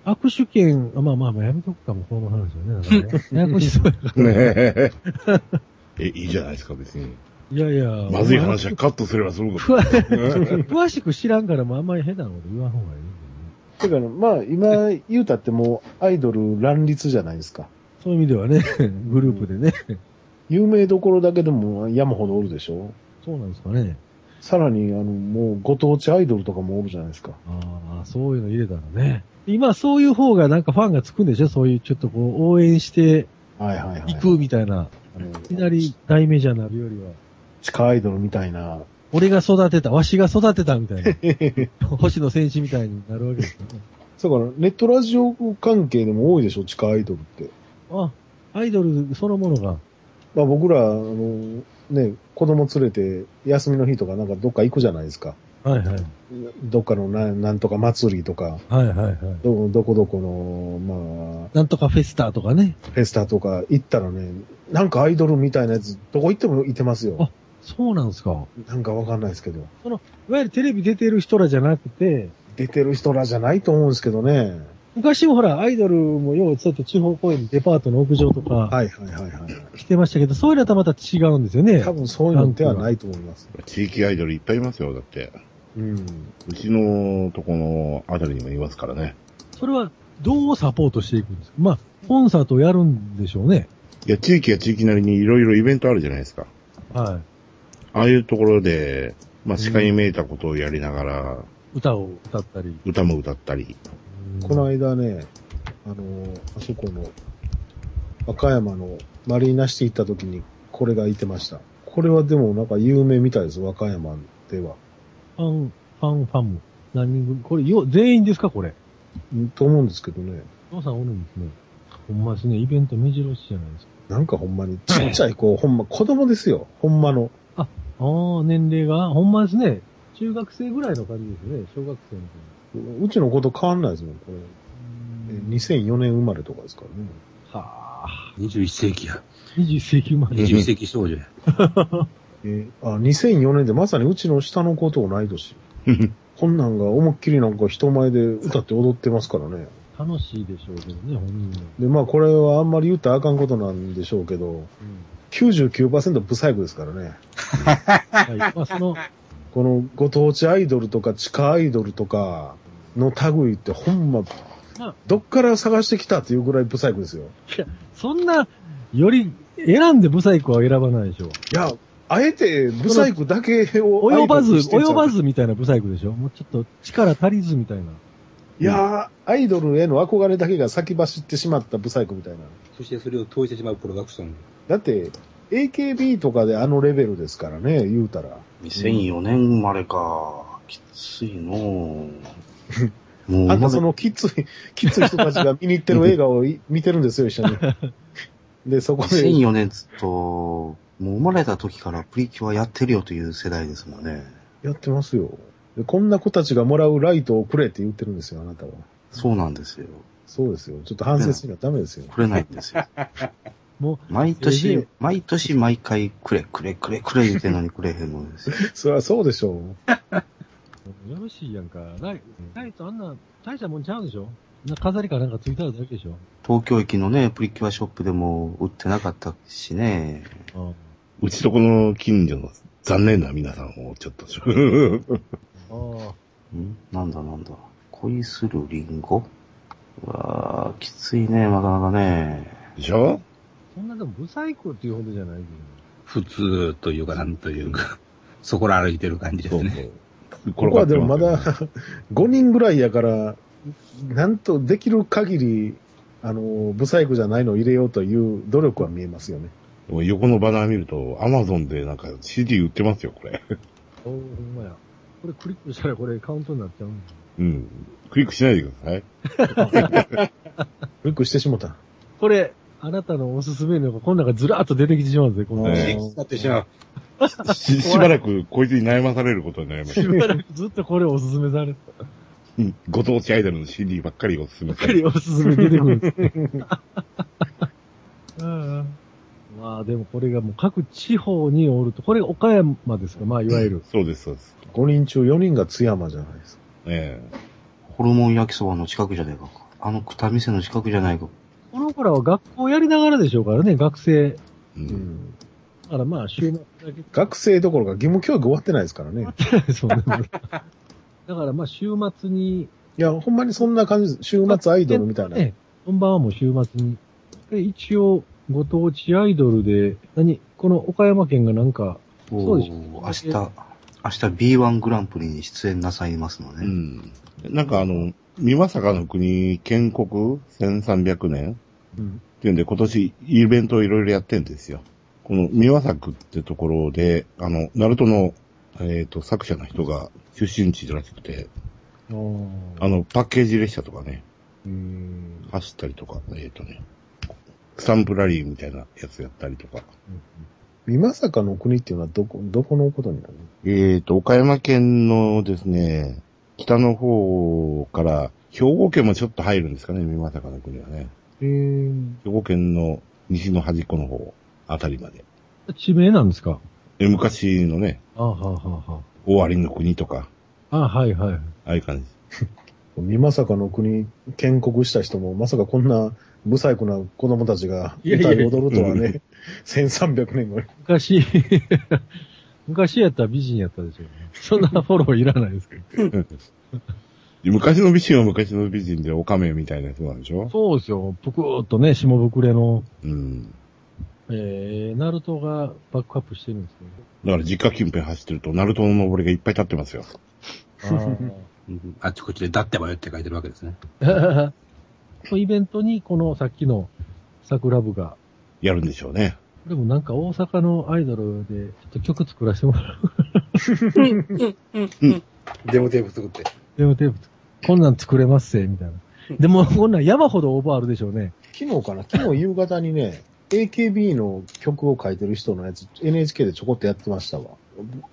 Speaker 5: 握手券、あまあまあまあやめとくかも、この話は ね。だからねややこしそうやから。
Speaker 1: ねえ。え、いいじゃないですか、別に。
Speaker 5: いやいや。
Speaker 1: まずい話はカットすればすること。
Speaker 5: 詳しく。 詳しく知らんからもうあんまり変なこと言わん方がいいんだよね。
Speaker 3: てかね、まあ今言うたってもうアイドル乱立じゃないですか。
Speaker 5: そういう意味ではね、グループでね。
Speaker 3: 有名どころだけでも山ほどおるでしょ
Speaker 5: そうなんですかね。
Speaker 3: さらに、あの、もうご当地アイドルとかもおるじゃないですか。
Speaker 5: ああ、そういうの入れたらね。今そういう方がなんかファンがつくんでしょそういうちょっとこう応援して
Speaker 3: はいはいはい。
Speaker 5: いくみたいな。
Speaker 3: あの
Speaker 5: いきなり大メジャーになるよりは。
Speaker 3: 地下アイドルみたいな。
Speaker 5: 俺が育てた、わしが育てたみたい な。星野選手みたいになるわけですよね。
Speaker 3: だから、ネットラジオ関係でも多いでしょ、地下アイドルって。
Speaker 5: あ、アイドルそのものが。
Speaker 3: まあ僕ら、あの、ね、子供連れて休みの日とかなんかどっか行くじゃないですか。
Speaker 5: はいはい。
Speaker 3: どっかのななんとか祭りとか、
Speaker 5: はいはいはい。
Speaker 3: どどこどこの、ま
Speaker 5: なんとかフェスタとかね。
Speaker 3: あ、フェスタとか行ったらね、なんかアイドルみたいなやつ、どこ行ってもいてますよ
Speaker 5: あ。そうなんですか。
Speaker 3: なんかわかんないですけど。
Speaker 5: いわゆるテレビ出てる人らじゃなくて、
Speaker 3: 出てる人らじゃないと思うんですけどね。
Speaker 5: 昔もほら、アイドルもよう、ちょっと地方公園、デパートの屋上とか
Speaker 3: はいはいはいはい。
Speaker 5: 来てましたけど、そういうのとはまた違うんですよね。
Speaker 3: 多分そういうのではないと思います。
Speaker 1: 地域アイドルいっぱいいますよ、だって。
Speaker 3: うん。
Speaker 1: うちのとこのあたりにもいますからね。
Speaker 5: それはどうサポートしていくんですかまあ、コンサートをやるんでしょうね。
Speaker 1: いや、地域は地域なりにいろいろイベントあるじゃないですか。
Speaker 5: は
Speaker 1: ああいうところで、まあ、視界に見えたことをやりながら、
Speaker 5: い。歌を歌ったり。
Speaker 1: 歌も歌ったり。
Speaker 3: この間ね、あのー、あそこの、和歌山のマリーナシティ行った時にこれがいてました。これはでもなんか有名みたいです、和歌山では。
Speaker 5: ファン、ファン、ファンも。何人組これ、よ、全員ですかこれ。
Speaker 3: んと思うんですけどね。
Speaker 5: 皆さんおるんですね。ほんまですね。イベント目白押しじゃないですか。
Speaker 3: なんかほんまに、ちっちゃい子、ほんま、子供ですよ。ほんまの。
Speaker 5: ああ、年齢が、ほんまですね。中学生ぐらいの感じですね。小学生み
Speaker 3: うちの子と変わんないですもん、これ。え
Speaker 5: たいな。
Speaker 3: 2004年生まれとかですからね。
Speaker 5: はあ、
Speaker 2: 21世紀や。
Speaker 5: 21世紀生まれ。
Speaker 2: 21世紀少女や。
Speaker 3: えあ、2004年でまさにうちの下の子と同い年。こんなんが思いっきりなんか人前で歌って踊ってますからね。
Speaker 5: 楽しいでしょうけどね、本人は。
Speaker 3: で、まあこれはあんまり言ったらあかんことなんでしょうけど、99%ブサイクですからね。
Speaker 5: はい。まあ、その、
Speaker 3: このご当地アイドルとか地下アイドルとかの類ってほんま
Speaker 5: あ、
Speaker 3: どっから探してきたっていうぐらいブサイクですよ。
Speaker 5: そんな、より、選んでブサイクは選ばないでしょう。
Speaker 3: いや、あえてブサイクだけを
Speaker 5: 及ばず、
Speaker 3: アイドルにしてんちゃう
Speaker 5: 及ばずみたいなブサイクでしょもうちょっと力足りずみたいな。
Speaker 3: いやー、アイドルへの憧れだけが先走ってしまったブサイクみたいな。
Speaker 2: そしてそれを通してしまうプロダクション。
Speaker 3: だって、AKB とかであのレベルですからね、言うたら。
Speaker 7: 2004年生まれか。きつい のうもう
Speaker 3: あん
Speaker 7: 生ま
Speaker 3: た
Speaker 7: れ
Speaker 3: そのきつい、きつい人たちが見に行ってる映画をい見てるんですよ、一緒に。で、そこで、
Speaker 7: 2004年っつうと、もう生まれた時からプリキュアやってるよという世代ですもんね。
Speaker 3: やってますよ。で、こんな子たちがもらうライトをくれって言ってるんですよ、あなたは。
Speaker 7: そうなんですよ。
Speaker 3: そうですよ。ちょっと反省しなきゃダメですよ。
Speaker 7: くれないんですよ。
Speaker 5: もう、
Speaker 7: 毎
Speaker 5: え
Speaker 7: 年
Speaker 5: え、
Speaker 7: 毎年毎回くれくれくれくれ言うてんのにくれへんのですよ。
Speaker 3: そりゃそうでしょう。
Speaker 5: よろしいやんか。ライライトあんな、大したもんちゃうんでしょな飾りかなんかついたらだけでしょ
Speaker 7: 東京駅のね、プリキュアショップでも売ってなかったしね。
Speaker 5: あ
Speaker 1: うちとこの近所の残念な皆さんをちょっと しょ、う
Speaker 5: あ。
Speaker 7: んなんだなんだ。恋するリンゴうわー、きついね、なかなかね。
Speaker 1: でしょ
Speaker 5: そんなでもブサイクっていうほどじゃないけ
Speaker 2: 普通というか、なんというか、そこら歩いてる感じで
Speaker 1: そ
Speaker 2: す
Speaker 1: う
Speaker 2: ね。
Speaker 1: そう。
Speaker 3: ここはでもまだ5人ぐらいやから、なんとできる限り、あの、ブサイクじゃないのを入れようという努力は見えますよね。
Speaker 1: でも横のバナー見ると、アマゾンでなんか CD 売ってますよ、これ。
Speaker 5: ど。おお、ほんまや。これクリックしたらこれカウントになっちゃうんだ
Speaker 1: うん。クリックしないでください。
Speaker 3: クリックしてしもた。
Speaker 5: これ、あなたのおすすめのがこんなんがずらーっと出てきてしまうんですよ、この、
Speaker 1: ええ
Speaker 2: なってしまう。
Speaker 1: ししばらくこいつに悩まされることになりまし
Speaker 5: しばらくずっとこれおすすめされてた。
Speaker 1: た。ご当地アイドルの CD ばっかりおすすめ
Speaker 5: ばっ
Speaker 1: さ
Speaker 5: か
Speaker 1: れる。
Speaker 5: りおすすめ出てくるんですね。 うんまあでもこれがもう各地方におると、これ岡山ですか、まあいわゆる。
Speaker 1: そうです、そうです。
Speaker 3: 5人中4人が津山じゃないですか。
Speaker 1: ええ
Speaker 7: ホルモン焼きそばの近くじゃないか。あのくた店の近くじゃないか。
Speaker 5: この頃は学校やりながらでしょうからね、学生。
Speaker 1: う。
Speaker 3: うんん。
Speaker 5: だからまあ週末だけ
Speaker 3: 学生どころか義務教育終わってないですからね。
Speaker 5: ですもんね。だからまあ週末に。
Speaker 3: いや、ほんまにそんな感じです。週末アイドルみたいな。
Speaker 5: ね。本番はもう週末に。で一応、ご当地アイドルで、何この岡山県がなんか、
Speaker 7: お
Speaker 5: う
Speaker 7: ー
Speaker 5: でしょ
Speaker 7: 明日、明日 B1 グランプリに出演なさいますの
Speaker 1: う
Speaker 7: で、
Speaker 1: ん。なんかあの、美まさかの国建国1300年
Speaker 3: うん
Speaker 1: っていうんで、今年イベントをいろいろやってんですよ。この三輪作ってところで、あの、ナルトの、えっ、と、作者の人が出身地じゃなくて、
Speaker 3: あー
Speaker 1: あの、パッケージ列車とかね、
Speaker 3: うん
Speaker 1: 走ったりとか、えっ、とね、スタンプラリーみたいなやつやったりとか。
Speaker 3: 美まさかの国っていうのはどこ、どこのことになる
Speaker 1: えーと、岡山県のですね、北の方から、兵庫県もちょっと入るんですかね、美馬坂の国はね。
Speaker 3: えー、
Speaker 1: 兵庫県の西の端っこの方、あたりまで。
Speaker 5: 地名なんですか
Speaker 1: え昔のね、
Speaker 5: あはあはあは
Speaker 1: 終わりの国とか、
Speaker 5: あ。あはいはい。
Speaker 1: ああいう感じ。
Speaker 3: 美まさかの国、建国した人も、まさかこんな、不細工な子供たちが
Speaker 5: いやい
Speaker 3: 歌
Speaker 5: や
Speaker 3: で踊るとはね、1300年後に。
Speaker 5: 昔、 昔やったら美人やったでしょうね。そんなフォローいらないですけど。
Speaker 1: 昔の美人は昔の美人で、オカメみたいな人なんでしょ
Speaker 5: そうですよ。ぷくーっとね、下ぶくれの、
Speaker 1: うん。
Speaker 5: えー、ナルトがバックアップしてるんですけ
Speaker 1: だから実家近辺走ってると、ナルトの登りがいっぱい立ってますよ。
Speaker 5: ど。あ
Speaker 2: うんあっちこっちで、だってばよって書いてるわけですね。
Speaker 5: ーこの イベントに、このさっきの桜部が、
Speaker 1: やるんでしょうね。
Speaker 5: でもなんか大阪のアイドルで、ちょっと曲作らせてもらう。
Speaker 2: デモテープ作って。
Speaker 5: デモテープ作る、こんなん作れますせ、みたいな。でも、こんなん山ほどオーバーあるでしょうね。
Speaker 3: 昨日かな昨日夕方にね、AKB の曲を書いてる人のやつ、NHK でちょこっとやってましたわ。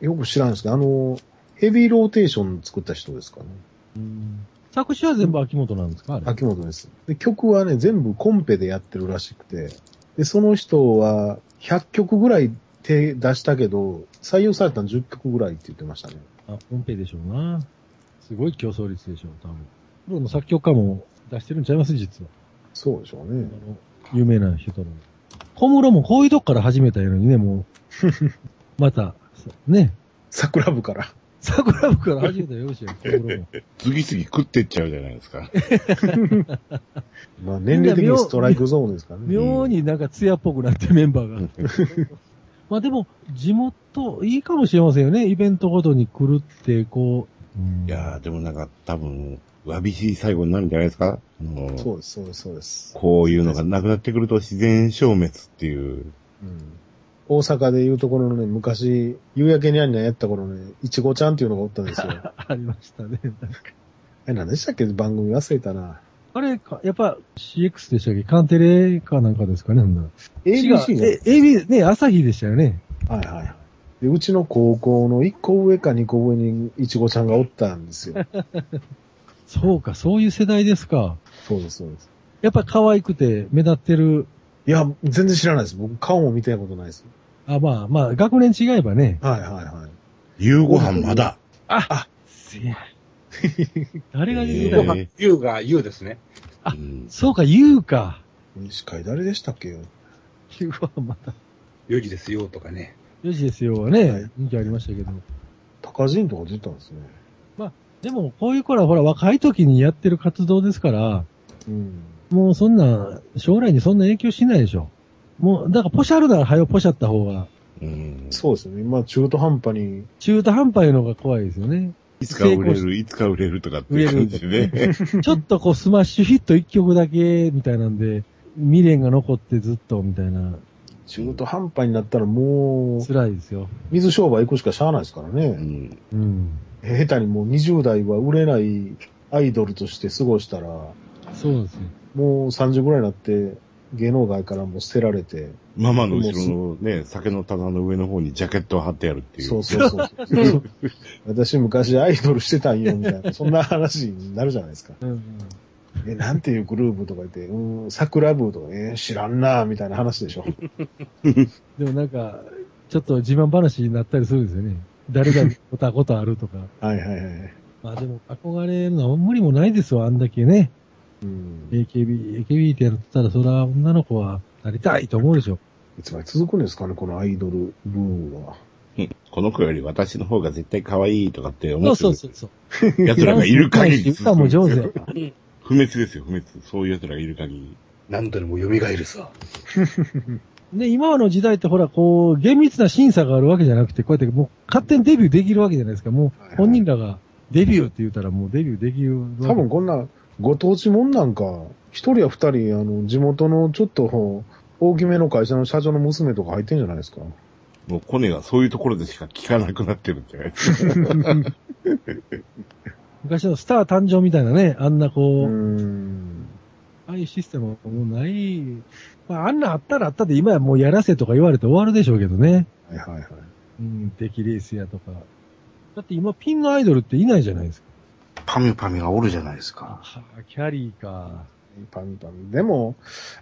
Speaker 3: よく知らんですけど、あの、ヘビーローテーション作った人ですかね。
Speaker 5: 作詞は全部秋元なんですかあれ。
Speaker 3: 秋元です。で、曲はね、全部コンペでやってるらしくて、で、その人は100曲ぐらい手出したけど、採用されたの10曲ぐらいって言ってましたね。
Speaker 5: あ、コンペでしょうな。すごい競争率でしょう、多分。プロの作曲家も出してるんちゃいます、実は。
Speaker 3: そうでしょう
Speaker 5: あ
Speaker 3: ね。
Speaker 5: の、有名な人の。小室もこういうとこから始めたようにね、 もう。また、ね。
Speaker 3: 桜部から。
Speaker 5: 桜部から始めたらよろしいやん、小室も。
Speaker 1: 次々食ってっちゃうじゃないですか。
Speaker 3: まあ、年齢的にストライクゾーンですからね。
Speaker 5: 妙になんか艶っぽくなってメンバ ーが。まあでも、地元、いいかもしれませんよね。イベントごとに来るって、こう。うん
Speaker 1: いやー、でもなんか多分、わびしい最後になるんじゃないですかあのー
Speaker 3: そうです、そうです、そうです。
Speaker 1: こういうのがなくなってくると自然消滅っていう。
Speaker 3: うん大阪でいうところのね、昔、夕焼けにゃんにゃんやった頃ね、いちごちゃんっていうのがおったんですよ。 あ
Speaker 5: ありましたね。
Speaker 3: れ何でしたっけ番組忘れたな。
Speaker 5: あれか、やっぱ CX でしたっけカンテレかなんかですかね、ほんなら。
Speaker 3: ABC の。
Speaker 5: え、AB、ね、朝日でしたよね。
Speaker 3: はいはいはい。で、うちの高校の1個上か2個上にいちごちゃんがおったんです よ。
Speaker 5: そうか、そういう世代ですか。
Speaker 3: そうです、そうです。
Speaker 5: やっぱ可愛くて目立ってる。
Speaker 3: いや、全然知らないです。僕、顔も見たことないです。
Speaker 5: あ、まあまあ、学年違えばね。
Speaker 3: はいはいはい。
Speaker 1: 夕ご飯まだ。
Speaker 5: せや誰が
Speaker 1: え
Speaker 5: 出てきた
Speaker 1: ー
Speaker 5: か。
Speaker 2: U が U ですね。
Speaker 5: あ
Speaker 1: うん
Speaker 5: そうか、言うか。
Speaker 3: 司会誰でしたっけ
Speaker 5: 言うわ、また。
Speaker 2: 4時ですよとかね。
Speaker 5: よしですよはね、
Speaker 3: はい
Speaker 5: 人気ありましたけど。
Speaker 3: 高人とか出たんですね。
Speaker 5: でも、こういう頃はほら、若い時にやってる活動ですから、
Speaker 3: うん。
Speaker 5: もうそんな、将来にそんな影響しないでしょ。もう、だからポシャるなら早うポシャった方が、
Speaker 1: うん
Speaker 3: そうですね。まあ、中途半端に
Speaker 5: 中途半端いうのが怖いですよ ね。
Speaker 1: いつか売れる、いつか売れるとかっていう感じでね。
Speaker 5: ちょっとこうスマッシュヒット一曲だけ、みたいなんで、未練が残ってずっと、みたいな、
Speaker 3: 中途半端になったらもう、
Speaker 5: 辛いですよ。
Speaker 3: 水商売行くしかしゃあないですから
Speaker 1: う
Speaker 3: ね。
Speaker 1: ん
Speaker 5: うん。
Speaker 3: 下手にもう20代は売れないアイドルとして過ごしたら、も
Speaker 5: そうですよ。
Speaker 3: う30ぐらいになって芸能界からも捨てられて、
Speaker 1: ママの後ろのね、酒の棚の上の方にジャケットを貼ってやるっていう。
Speaker 3: そうそうそう。 私昔アイドルしてたんよ、みたいな、そんな話になるじゃないですか。
Speaker 5: うん。
Speaker 3: え、なんていうグループとか言って、うん、桜部とか、えー知らんな、みたいな話 でしょ。
Speaker 5: でもなんか、ちょっと自慢話になったりするんですよね。誰がこたことある とか。
Speaker 3: はいはいはい。
Speaker 5: まあでも、憧れるのは無理もないですわ、あんだけね。
Speaker 3: うん、
Speaker 5: AKB、AKB ってやってたら、そら女の子はなりたいと思うでしょ。
Speaker 3: いつまで続くんですかね、このアイドルブーム
Speaker 1: うん
Speaker 3: は。
Speaker 1: この子より私の方が絶対可愛いとかって
Speaker 5: そ
Speaker 1: 思
Speaker 5: う
Speaker 1: って
Speaker 5: そう
Speaker 1: る
Speaker 5: そうそう。
Speaker 1: 奴らがいる限り。
Speaker 5: 歌も上手やから。
Speaker 1: 不滅ですよ、不滅。そういう奴らがいる限り。
Speaker 2: 何度でも蘇るさ。
Speaker 5: で、今の時代ってほら、こう、厳密な審査があるわけじゃなくて、こうやってもう勝手にデビューできるわけじゃないですか。も
Speaker 3: はいは
Speaker 5: う
Speaker 3: い
Speaker 5: 本人らがデビューって言ったらもうデビューできるわけ。
Speaker 3: 多分こんな、ご当地もんなんか、一人や二人、あの、地元のちょっと、大きめの会社の社長の娘とか入ってんじゃないですか。
Speaker 1: もうコネがそういうところでしか聞かなくなってるんじゃないですか。
Speaker 5: 昔のスター誕生みたいなね、あんな
Speaker 3: う
Speaker 5: こう、
Speaker 3: ん。
Speaker 5: ああいうシステムはもうない。まあ、あんなあったらあったで、今やもうやらせとか言われて終わるでしょうけどね。
Speaker 3: はいはいはい。
Speaker 5: うん、敵レースやとか。だって今ピンのアイドルっていないじゃないですか。
Speaker 7: パミュパミュがおるじゃないですか。
Speaker 5: あキャリーか。
Speaker 3: パミパミ。でも、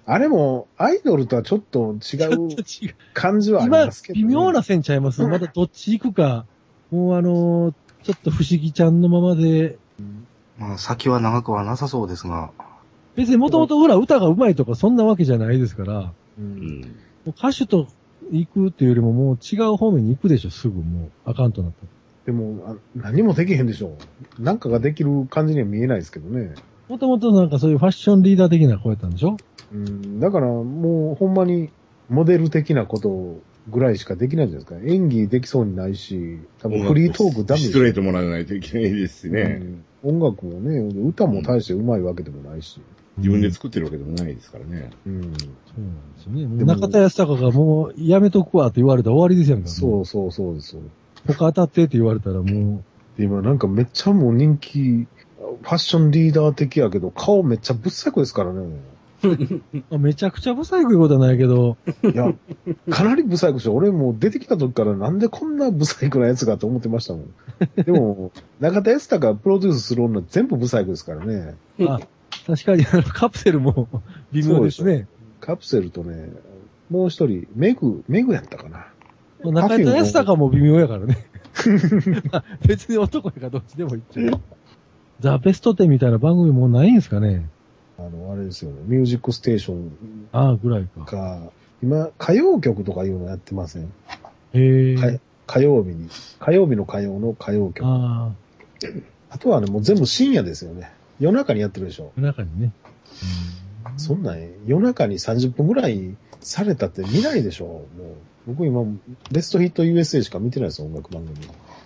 Speaker 3: あれも、アイドルとはちょっと違
Speaker 5: ちょ
Speaker 3: う
Speaker 5: っと違う。
Speaker 3: 感じはあり
Speaker 5: 今
Speaker 3: ます、けど、
Speaker 5: 微妙な。線ちゃいます。まだどっち行くか。もうあのーちょっと不思議ちゃんのままで、
Speaker 7: まあ、先は長くはなさそうですが。
Speaker 5: 別にもともと裏歌が上手いとかそんなわけじゃないですから、も
Speaker 3: う。
Speaker 1: うんん。
Speaker 5: う歌手と行くっていうよりももう違う方面に行くでしょ、すぐもう。アカウントになったら。
Speaker 3: でもあ、何もできへんでしょう。なんかができる感じには見えないですけどね。
Speaker 5: もともとなんかそういうファッションリーダー的な子やったんでしょ
Speaker 3: うん。だから、もう、ほんまに、モデル的なことぐらいしかできないじゃないですか。演技できそうにないし、多分フリートークダメ
Speaker 1: 失礼ともらわないといけないですしね。
Speaker 3: うん音楽もね、歌も大して上手いわけでもないし。
Speaker 1: 自分で作ってるわけでもないですからね。
Speaker 3: うん。
Speaker 5: そうなんですよね。もう
Speaker 3: でも
Speaker 5: 中田康隆がもうやめとくわって言われたら終わりですやんか。。
Speaker 3: そううそうそうです。
Speaker 5: 他当たってって言われたらも
Speaker 3: 今なんかめっちゃもう人気、ファッションリーダー的やけど、顔めっちゃぶっさくですからね。
Speaker 5: う、まあめちゃくちゃ不細工いうことはないけど、
Speaker 3: いや、かなりブサイクでしょ。俺もう出てきた時からなんでこんなブサイクなやつがと思ってましたもん。でも、中田康隆がプロデュースする女全部ブサイクですからね。
Speaker 5: あ、確かにあのカプセルも 微妙ですね。
Speaker 3: カプセルとね、もう一人、メグ、メグやったかな。
Speaker 5: まあ中田康隆も微妙やからね。まあ 別に男やからどっちでもいっちゃう。ザ・ベストテンみたいな番組もうないんですかね
Speaker 3: あの、あれですよね、ミュージックステーション
Speaker 5: ああ、ぐらいか。
Speaker 3: か、今、歌謡曲とかいうのやってません。
Speaker 5: へえ。
Speaker 3: はい火曜日に、火曜日の火曜の火曜曲。あ
Speaker 5: ああ、
Speaker 3: とはね、もう全部深夜ですよね。夜中にやってるでしょ。
Speaker 5: 中にね。うん
Speaker 3: そんなん夜中に30分ぐらいされたって見ないでしょ。もう僕今、ベストヒット USA しか見てないですよ、音楽番組。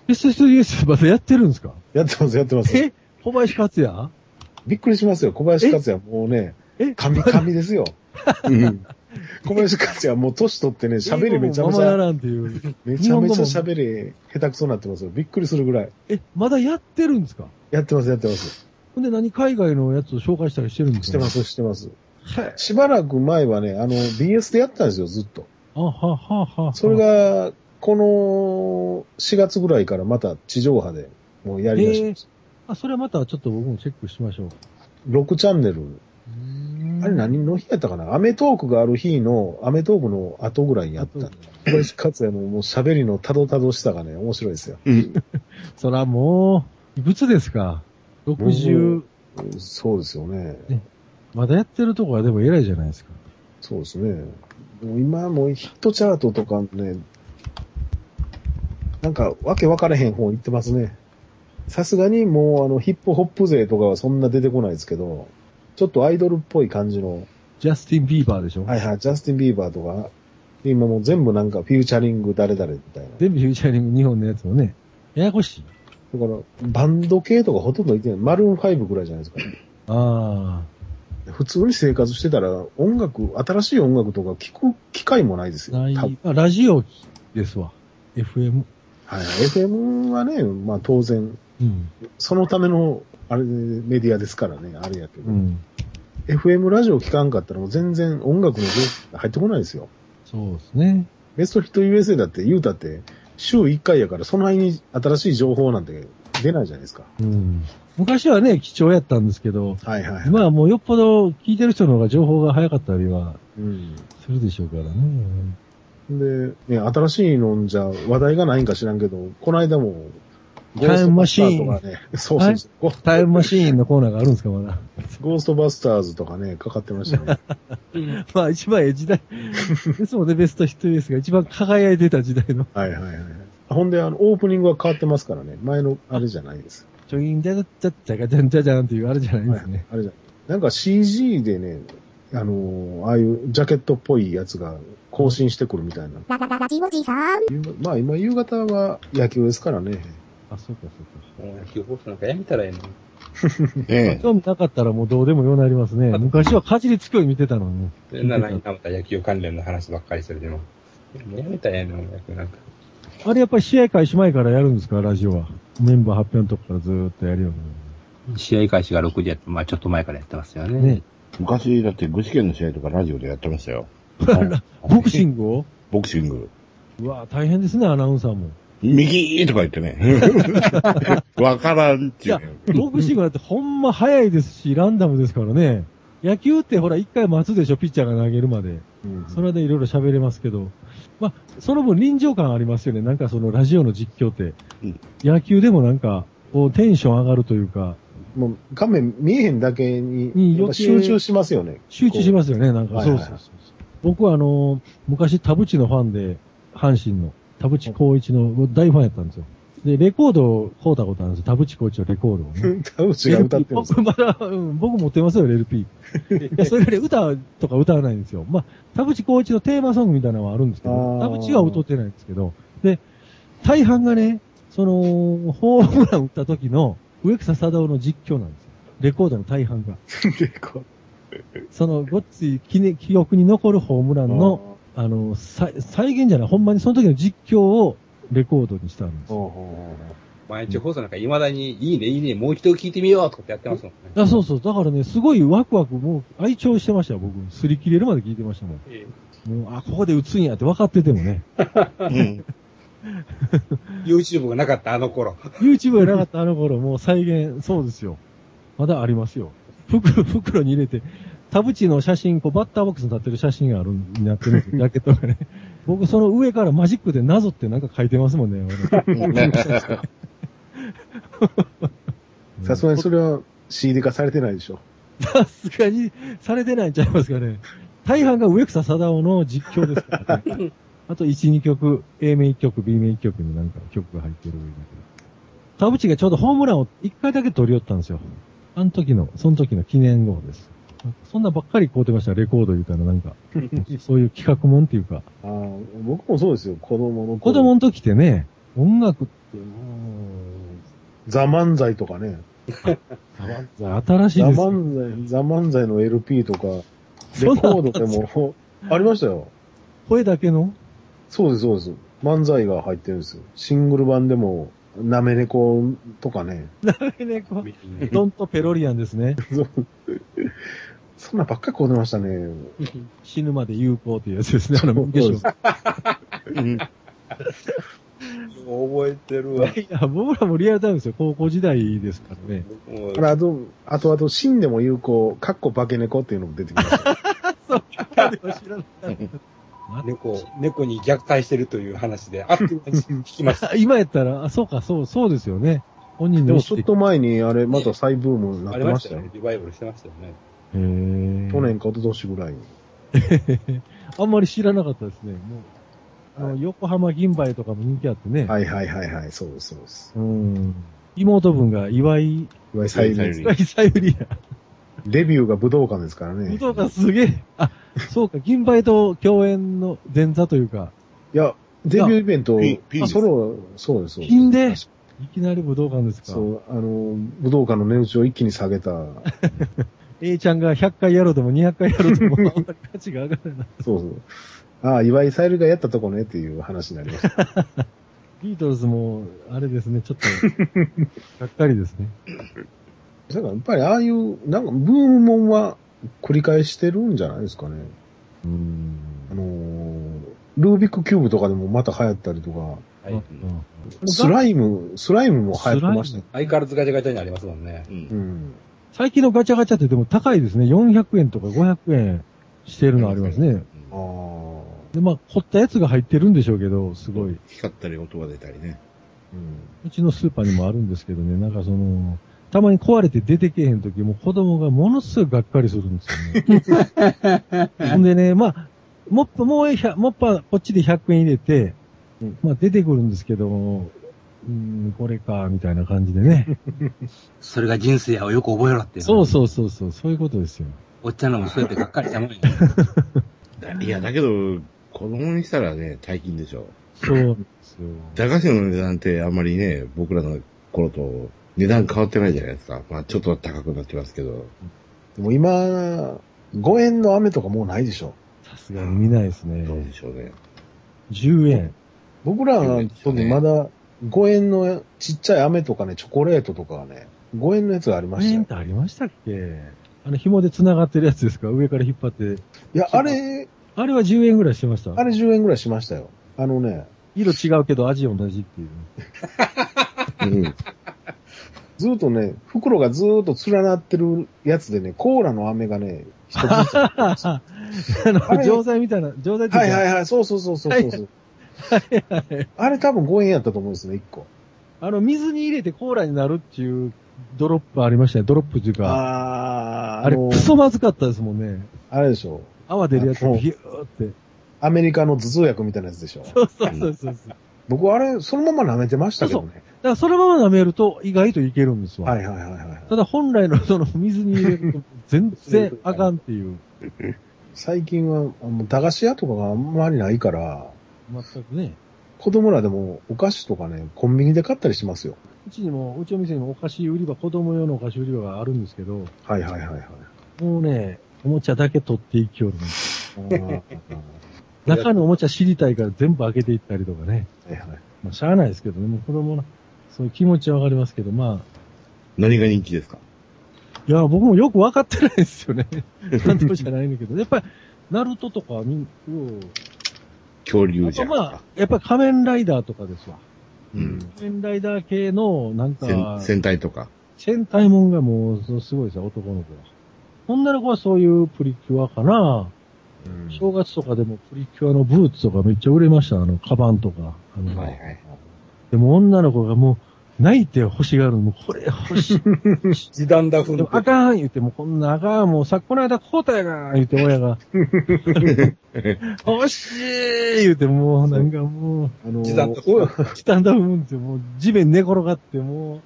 Speaker 5: ベストストリースまだやってるんですか
Speaker 3: やってます、やってます。
Speaker 5: え小林克也
Speaker 3: びっくりしますよ、小林克也。もうね、
Speaker 5: え
Speaker 3: 神神ですよ。
Speaker 1: うん。
Speaker 3: 小林克也もう年取ってね、喋りめちゃめち
Speaker 5: 英語もままな
Speaker 3: ゃ、
Speaker 5: らんっていう。
Speaker 3: めちゃめちゃ
Speaker 5: 日本
Speaker 3: 喋り下手くそになってますよ。びっくりするぐらい。
Speaker 5: え、まだやってるんですか
Speaker 3: やってます、やってます。
Speaker 5: ほんで何海外のやつを紹介したりしてるんですか
Speaker 3: してます、してます。しばらく前はね、あの、BS でやってたんですよ、ずっと。
Speaker 5: あはははは。
Speaker 3: それが、この4月ぐらいからまた地上波でもうやりだしました。
Speaker 5: あ、それはまたちょっと僕もチェックしましょう。
Speaker 3: 6チャンネル。あれ何の日やったかなアメトークがある日の、アメトークの後ぐらいにやった。小林克也のもう喋りのたどたどしさがね、面白いですよ。
Speaker 1: うん。
Speaker 5: そらもう、いくつですか ?60、
Speaker 3: そうですよね。
Speaker 5: まだやってるとこはでも偉いじゃないですか。
Speaker 3: そうですね。もう今もうヒットチャートとかね、なんかわけわからへん方行ってますね。さすがにもうあのヒップホップ勢とかはそんな出てこないですけど、ちょっとアイドルっぽい感じの、
Speaker 5: ジャスティン・ビーバーでしょ、
Speaker 3: はいはい、ジャスティン・ビーバーとか、今もう全部なんかフューチャリング誰々みたいな。だ
Speaker 5: 全部フューチャリング日本のやつもね。ややこしい。
Speaker 3: からバンド系とかほとんどいてない。マルーン5ぐらいじゃないですか。
Speaker 5: あ
Speaker 3: 普通に生活してたら音楽、新しい音楽とか聞く機会もないです
Speaker 5: あ、
Speaker 3: よ。
Speaker 5: な
Speaker 3: 多分
Speaker 5: い、あ、ラジオですわ。FM。
Speaker 3: はい、FM はね、まあ当然、
Speaker 5: うん。
Speaker 3: そのための、あれ、メディアですからね、あれやけど。
Speaker 5: うん。
Speaker 3: FM ラジオ聞かんかったらもう全然音楽の情報入ってこないですよ。
Speaker 5: そうですね。
Speaker 3: ベストヒット USA だって言うたって、週1回やから、その間に新しい情報なんて出ないじゃないですか。
Speaker 5: うん。昔はね、貴重やったんですけど、
Speaker 3: はい はいはい。
Speaker 5: 今はもうよっぽど聞いてる人の方が情報が早かったりは
Speaker 3: うん。
Speaker 5: するでしょうからね。
Speaker 3: で、ね、新しいのんじゃ話題がないんか知らんけど、この間も、
Speaker 5: タイムマシーン
Speaker 3: ゴーストバスターズとかね、 そうそうそう。ゴ
Speaker 5: タイムマシーンのコーナーがあるんですか、まだ。
Speaker 3: ゴーストバスターズとかね、かかってましたね。
Speaker 5: まあ一番ええ時代。ですもんね、ベストヒットですが、一番輝いてた時代の。
Speaker 3: はいはいはい。ほんで、あの、オープニングは変わってますからね。前のあれじゃないです。
Speaker 5: ちょいんじゃじゃじゃじゃがじゃんじゃじゃんっていうあれじゃないんですね。
Speaker 3: あれじゃん。なんか CG でね、あのーああいうジャケットっぽいやつが更新してくるみたいな。
Speaker 6: ララララジオジさん。
Speaker 3: 夕方まあ今夕方は野球ですからね。
Speaker 5: あ、そうかそう
Speaker 2: もう野球放送なんかやめたらええのに。
Speaker 1: ねえ。
Speaker 5: 興味なかったらもうどうでもようになりますね。昔はかじりつくように見てたのに。
Speaker 2: それならにまた野球関連の話ばっかりするでも。もうやめたらええの、野球なんか。
Speaker 5: あれやっぱり試合開始前からやるんですか、ラジオは。メンバー発表のとこからずーっとやるように。
Speaker 2: 試合開始が6時やって、まあちょっと前からやってますよね。
Speaker 5: ね。
Speaker 1: 昔、だって具志堅の試合とかラジオでやってましたよ。
Speaker 5: ボクシングを
Speaker 1: ボクシング。
Speaker 5: うわ、大変ですね、アナウンサ ーも。
Speaker 1: 右とか言ってね。わからんっ
Speaker 5: い
Speaker 1: ちゅう
Speaker 5: や
Speaker 1: ね。、
Speaker 5: ボクシングだってほんま早いですし、ランダムですからね。野球ってほら、一回待つでしょ、ピッチャーが投げるまで。
Speaker 3: うん
Speaker 5: それでいろいろ喋れますけど。まあ、その分臨場感ありますよね。なんかそのラジオの実況って。
Speaker 1: うん
Speaker 5: 野球でもなんか、こうテンション上がるというか、
Speaker 3: もう画面見えへんだけ
Speaker 5: うん
Speaker 3: に、やっ
Speaker 5: 余計
Speaker 3: ぱ集中しますよね。
Speaker 5: 集中しますよね、なんか。
Speaker 3: はいはいはい
Speaker 5: 僕はあの、昔田淵のファンで、阪神の、田淵光一の大ファンやったんですよ。で、レコードを買うたことあるんですよ。田淵光一のレコードをね。
Speaker 3: 田淵が歌ってるんですよ。
Speaker 5: LP 僕まだ、うん、僕持ってますよ、LP。いや、 それより歌とか歌わないんですよ。まあ、田淵光一のテーマソングみたいなのはあるんですけ
Speaker 3: あ
Speaker 5: ど、
Speaker 3: ー
Speaker 5: 田淵は歌ってないんですけど、で、大半がね、その、ホームラン打った時の植草貞夫の実況なんですよ。レコードの大半が。
Speaker 3: 結構
Speaker 5: その、ごっつい記念記憶に残るホームランの、あの、再再現じゃない、ほんまにその時の実況をレコードにしたんですよ。
Speaker 3: ほうほうほう
Speaker 2: 毎日放送なんか未だに、いいね、いいね、もう一度聞いてみようとかってやってますもんね。
Speaker 5: あそうそう。だからね、すごいワクワク、もう、愛聴してましたよ、僕。擦り切れるまで聞いてましたもん。
Speaker 2: え
Speaker 5: もう、あ、ここで打つんやって分かっててもね。
Speaker 1: うん。
Speaker 2: え YouTube がなかったあの頃。
Speaker 5: YouTube やなかったあの頃、もう再現、そうですよ。まだありますよ。袋、袋に入れて、田淵の写真、こう、バッターボックスに立ってる写真があるん、なってるんですよ、ジャケットがね。僕、その上からマジックでなぞってなんか書いてますもんね、俺
Speaker 3: さすがにそれは CD 化されてないでしょ。
Speaker 5: さすがに、されてないんちゃいますかね。大半が植草貞夫の実況ですから ね。あと1、2曲、A 面1曲、B 面1曲になんか曲が入ってるだけ。田淵がちょうどホームランを1回だけ取り寄ったんですよ。あの時の、その時の記念号です。そんなばっかり買うてました、レコード言うたらなん か。そういう企画もんっていうか。
Speaker 3: ああ僕もそうですよ、子供の頃
Speaker 5: 子供の時ってね、音楽っても
Speaker 3: ザ・漫才とかね。
Speaker 5: う、新しい
Speaker 3: ザ・
Speaker 5: ですよ。
Speaker 3: 漫才、ザ・漫才の LP とか、レ
Speaker 5: そんなん
Speaker 3: コードでも、ありましたよ。
Speaker 5: 声だけ の
Speaker 3: そうです、そうです。漫才が入ってるんですよ。シングル版でも、なめ猫とかね。
Speaker 5: 猫ドンとペロリアンですね。
Speaker 3: そんなばっかりこう出ましたね。
Speaker 5: 死ぬまで有効というやつですね。あの、文化賞。
Speaker 1: うん
Speaker 2: 覚えてるわ。
Speaker 5: いや、僕らもリアルタイムですよ。高校時代ですか らね。
Speaker 2: もう
Speaker 3: あと、あと、あと、死んでも有効、かっこ化け猫っていうのも出てきました。
Speaker 5: 知らなかっ
Speaker 2: 猫、猫に虐待してるという話で、あっという間に聞きま した。
Speaker 5: た 今やったら、あ、そうか、そう、そうですよね。本人
Speaker 3: で
Speaker 5: の
Speaker 3: も、
Speaker 5: 意
Speaker 3: ち
Speaker 5: 識
Speaker 3: ょっと前に、あれ、また再ブームにな
Speaker 2: あ
Speaker 3: って
Speaker 2: り
Speaker 3: ま
Speaker 2: ま
Speaker 3: し
Speaker 2: したたよ
Speaker 3: よ
Speaker 2: ね。。リバイバルしてましたよね。
Speaker 5: へー
Speaker 3: 去年か一昨年ぐらいに。
Speaker 5: あんまり知らなかったですね。もう、あの横浜銀杯とかも人気あってね。
Speaker 3: はいはいはいはい、そうです、そうです。
Speaker 5: うん。妹分が岩井、
Speaker 3: 岩井さゆ
Speaker 1: 岩井さゆ
Speaker 3: り
Speaker 1: り
Speaker 5: 岩井さゆりや。
Speaker 3: デビューが武道館ですからね。
Speaker 5: 武道館すげえ。あ、そうか、銀杯と共演の前座というか、
Speaker 3: いや、デビューイベント
Speaker 1: ピンピン、です
Speaker 3: ソロ、そうです。そうです
Speaker 5: 金で、いきなり武道館ですか。
Speaker 3: そう、あの、武道館の値打ちを一気に下げた、
Speaker 5: A ちゃんが100回やろうとも200回やろうと も、あんまり価値が上がらない。
Speaker 3: そうそう。ああ、岩井さゆりがやったとこねっていう話になり ました。
Speaker 5: ビートルズも、あれですね、ちょっと、がっかりですね。
Speaker 3: だからやっぱりああいう、なんかブームもんは繰り返してるんじゃないですかね。
Speaker 5: うん。
Speaker 3: あのールービックキューブとかでもまた流行ったりとか、
Speaker 2: はい
Speaker 3: スライム、スライムも流行ってましたよ。
Speaker 2: 相変わらずガチャガチャになりますもんね。
Speaker 1: うん
Speaker 3: うん。
Speaker 5: 最近のガチャガチャってでも高いですね。400円とか500円してるのありますね。
Speaker 3: ああ。
Speaker 5: で、まあ、凝ったやつが入ってるんでしょうけど、すごい。
Speaker 1: 光ったり音が出たりね。
Speaker 3: うん。
Speaker 5: うちのスーパーにもあるんですけどね、なんかその、たまに壊れて出てけへん時も子供がものすごいがっかりするんですよ ね。ほんでね、まあ、もっぱ、もうひゃ、もっぱ、こっちで100円入れて、
Speaker 3: うん
Speaker 5: まあ出てくるんですけど、うーん、これか、みたいな感じでね。
Speaker 2: それが人生やをよく覚えろって
Speaker 5: そうそうそうそう、そういうことですよ。
Speaker 2: おっちゃんらもそうやってがっかりしたもんや。
Speaker 1: だいや、だけど、子供にしたらね、大金でしょ。
Speaker 5: そうなんですよ。
Speaker 1: 駄菓子の値段ってあんまりね、僕らの頃と値段変わってないじゃないですか。まあちょっと高くなってますけど。
Speaker 3: でも今、5円の雨とかもうないでしょ。
Speaker 5: さすがに見ないです
Speaker 1: どう
Speaker 5: ね。
Speaker 1: でしょうね。
Speaker 5: 10円。
Speaker 3: 僕らの時まだ5円のちっちゃい飴とかね、チョコレートとかね、5円のやつがありま
Speaker 5: 5
Speaker 3: した
Speaker 5: 円っ
Speaker 3: よ。
Speaker 5: てありましたっけあの、紐で繋がってるやつですか上から引っ張って。
Speaker 3: いや、あれ、
Speaker 5: あれは10円ぐらいしてました。
Speaker 3: あれ10円ぐらいしましたよ。あの ね、
Speaker 5: 色違うけど味同じっていう。
Speaker 3: うんずっとね、袋がずっと連なってるやつでね、コーラの飴がね、一つずつ。は
Speaker 5: あはああの、錠剤みたいな、錠剤ってうか
Speaker 3: いはいはい、そうそうそうそうそうそう。あれ多分5円やったと思うんですね、1個。
Speaker 5: あの、水に入れてコーラになるっていうドロップありましたね。ドロップっていうか。
Speaker 3: あー、
Speaker 5: あれ、クソまずかったですもんね。
Speaker 3: あれでしょ。
Speaker 5: 泡出るやつ、
Speaker 3: あもう
Speaker 5: ビューって。
Speaker 3: アメリカの頭痛薬みたいなやつでしょ。
Speaker 5: そうそうそうそう。だか
Speaker 3: 僕あれ、そのまま舐めてましたけどね。
Speaker 5: ら、そのまま舐めると意外といけるんですわ。
Speaker 3: はいはいはいはい。
Speaker 5: ただ、本来のその、水に入れると全然あかんっていう。
Speaker 3: 最近は、あの駄菓子屋とかがあんまりないから、
Speaker 5: 全くね。
Speaker 3: 子供らでもお菓子とかね、コンビニで買ったりしますよ。
Speaker 5: うちにも、うちの店にもお菓子売り場、子供用のお菓子売り場があるんですけど、
Speaker 3: はいはいはいはい。
Speaker 5: もうね、おもちゃだけ取っていきよるの。
Speaker 3: あーはい
Speaker 5: 中のおもちゃ知りたいから全部開けていったりとかね。
Speaker 3: はい
Speaker 5: まあ、しゃあないですけどね、もう子供の、そういう気持ちはわかりますけど、まあ、
Speaker 1: 何が人気ですか
Speaker 5: いや、僕もよくわかってないですよね。 なんとじゃないんだけど、やっぱり、ナルトとかみん、うん
Speaker 1: 恐竜
Speaker 5: あ
Speaker 1: じゃ
Speaker 5: と
Speaker 1: ん。
Speaker 5: まあ、やっぱり仮面ライダーとかですわ。
Speaker 1: うん。
Speaker 5: 仮面ライダー系の、なんか、
Speaker 1: 戦戦隊と か。
Speaker 5: 戦隊もんがもう、そうすごいですよ、男の子は。女の子はそういうプリキュアか
Speaker 3: う
Speaker 5: な。
Speaker 3: ん
Speaker 5: 正月とかでもプリキュアのブーツとかめっちゃ売れました、あの、カバンとか。あの
Speaker 1: はいはい。
Speaker 5: でも女の子がもう、泣いて欲しがるの、もうこれ欲しい。
Speaker 2: 時短だ、ふ
Speaker 5: でもあかん言って、もうこんなあかん、もうさ、この間こうたやが言って親が。欲しい言って、もうなんかもう、
Speaker 3: あの
Speaker 2: 時短と
Speaker 3: お
Speaker 5: スタンダ踏むんですよ。もう地面寝転がって、もう、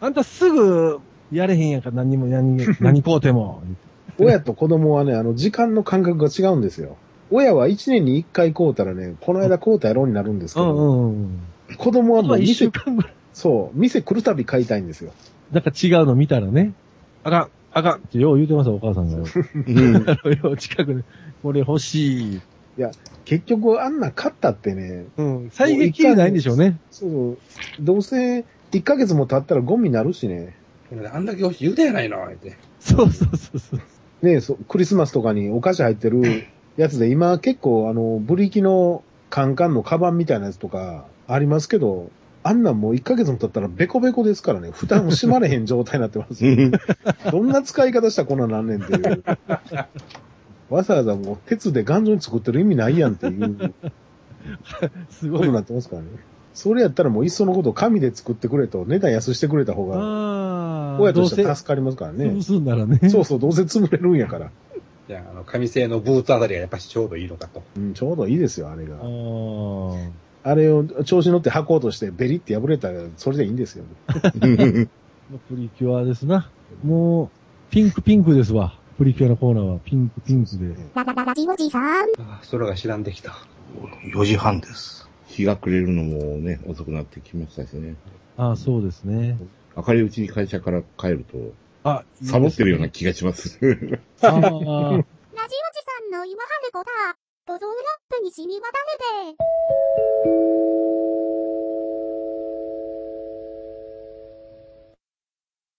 Speaker 5: あんたすぐやれへんやんから何にも何 に、何こうても。言って
Speaker 3: 親と子供はね、あの、時間の感覚が違うんですよ。親は1年に1回買うたらね、この間買うたやろうになるんですけ
Speaker 5: う
Speaker 3: ど、
Speaker 5: んうんうん。
Speaker 3: 子供は
Speaker 5: ま
Speaker 3: も
Speaker 5: あ
Speaker 3: う
Speaker 5: 一週
Speaker 3: 店、
Speaker 5: 間ぐらい、
Speaker 3: そう、店来るたび買いたいんですよ。
Speaker 5: なんか違うの見たらね、あかん、あかんってよう言うてますよ、お母さんが。
Speaker 1: うん。
Speaker 5: あ のよう近くで、これ欲しい。
Speaker 3: 結局あんな買ったってね、
Speaker 5: うん。再現ないんでしょうね。
Speaker 3: そうそう、どうせ1ヶ月も経ったらゴミになるしね、
Speaker 2: あんだけ欲しい言うたやないの、言って。
Speaker 5: そうそうそうそう。
Speaker 3: ねそクリスマスとかにお菓子入って るやつで、今結構あの、ブリキのカンカンのカバンみたいなやつとかありますけど、あんなんもう1ヶ月も経ったらベコベコですからね、蓋も閉まれへん状態になってますよ どんな使い方したらこんなんなんねんって いう。わざわざもう鉄で頑丈に作ってる意味ないやんっていう
Speaker 5: す
Speaker 3: こ
Speaker 5: ご
Speaker 3: と
Speaker 5: い
Speaker 3: に。なってますからね。それやったらもういっそのこと紙で作ってくれと、値段安してくれた方が、
Speaker 5: ああ。
Speaker 3: 親として
Speaker 5: ど
Speaker 3: は
Speaker 5: うせ
Speaker 3: 助かりますからね
Speaker 5: 潰。すんなら ね。
Speaker 3: そうそう、どうせ潰れるんやから。
Speaker 2: じゃあ、あの、紙製のブーツあたりがやっぱしちょうどいいのかと。
Speaker 3: うん、ちょうどいいですよ、あれが。
Speaker 5: ああ。
Speaker 3: あれを調子に乗って履こうとして、ベリって破れたら、それでいいんですよ。
Speaker 5: プリキュアですな。もう、ピンクピンクですわ。プリキュアのコーナーはピンクピンクで。
Speaker 6: ララララジオジさん。
Speaker 2: ああ、空が知らんできた。
Speaker 7: 4時半です。
Speaker 1: 日が暮れるのもね、遅くなってきましたしね。
Speaker 5: ああ、そうですね。
Speaker 1: 明るいうちに会社から帰ると、
Speaker 5: あ、いいです
Speaker 1: サボってるような気がします。
Speaker 5: あ ー
Speaker 4: ラジオジさんの今はねこだ。ボゾンラップに染み渡れて。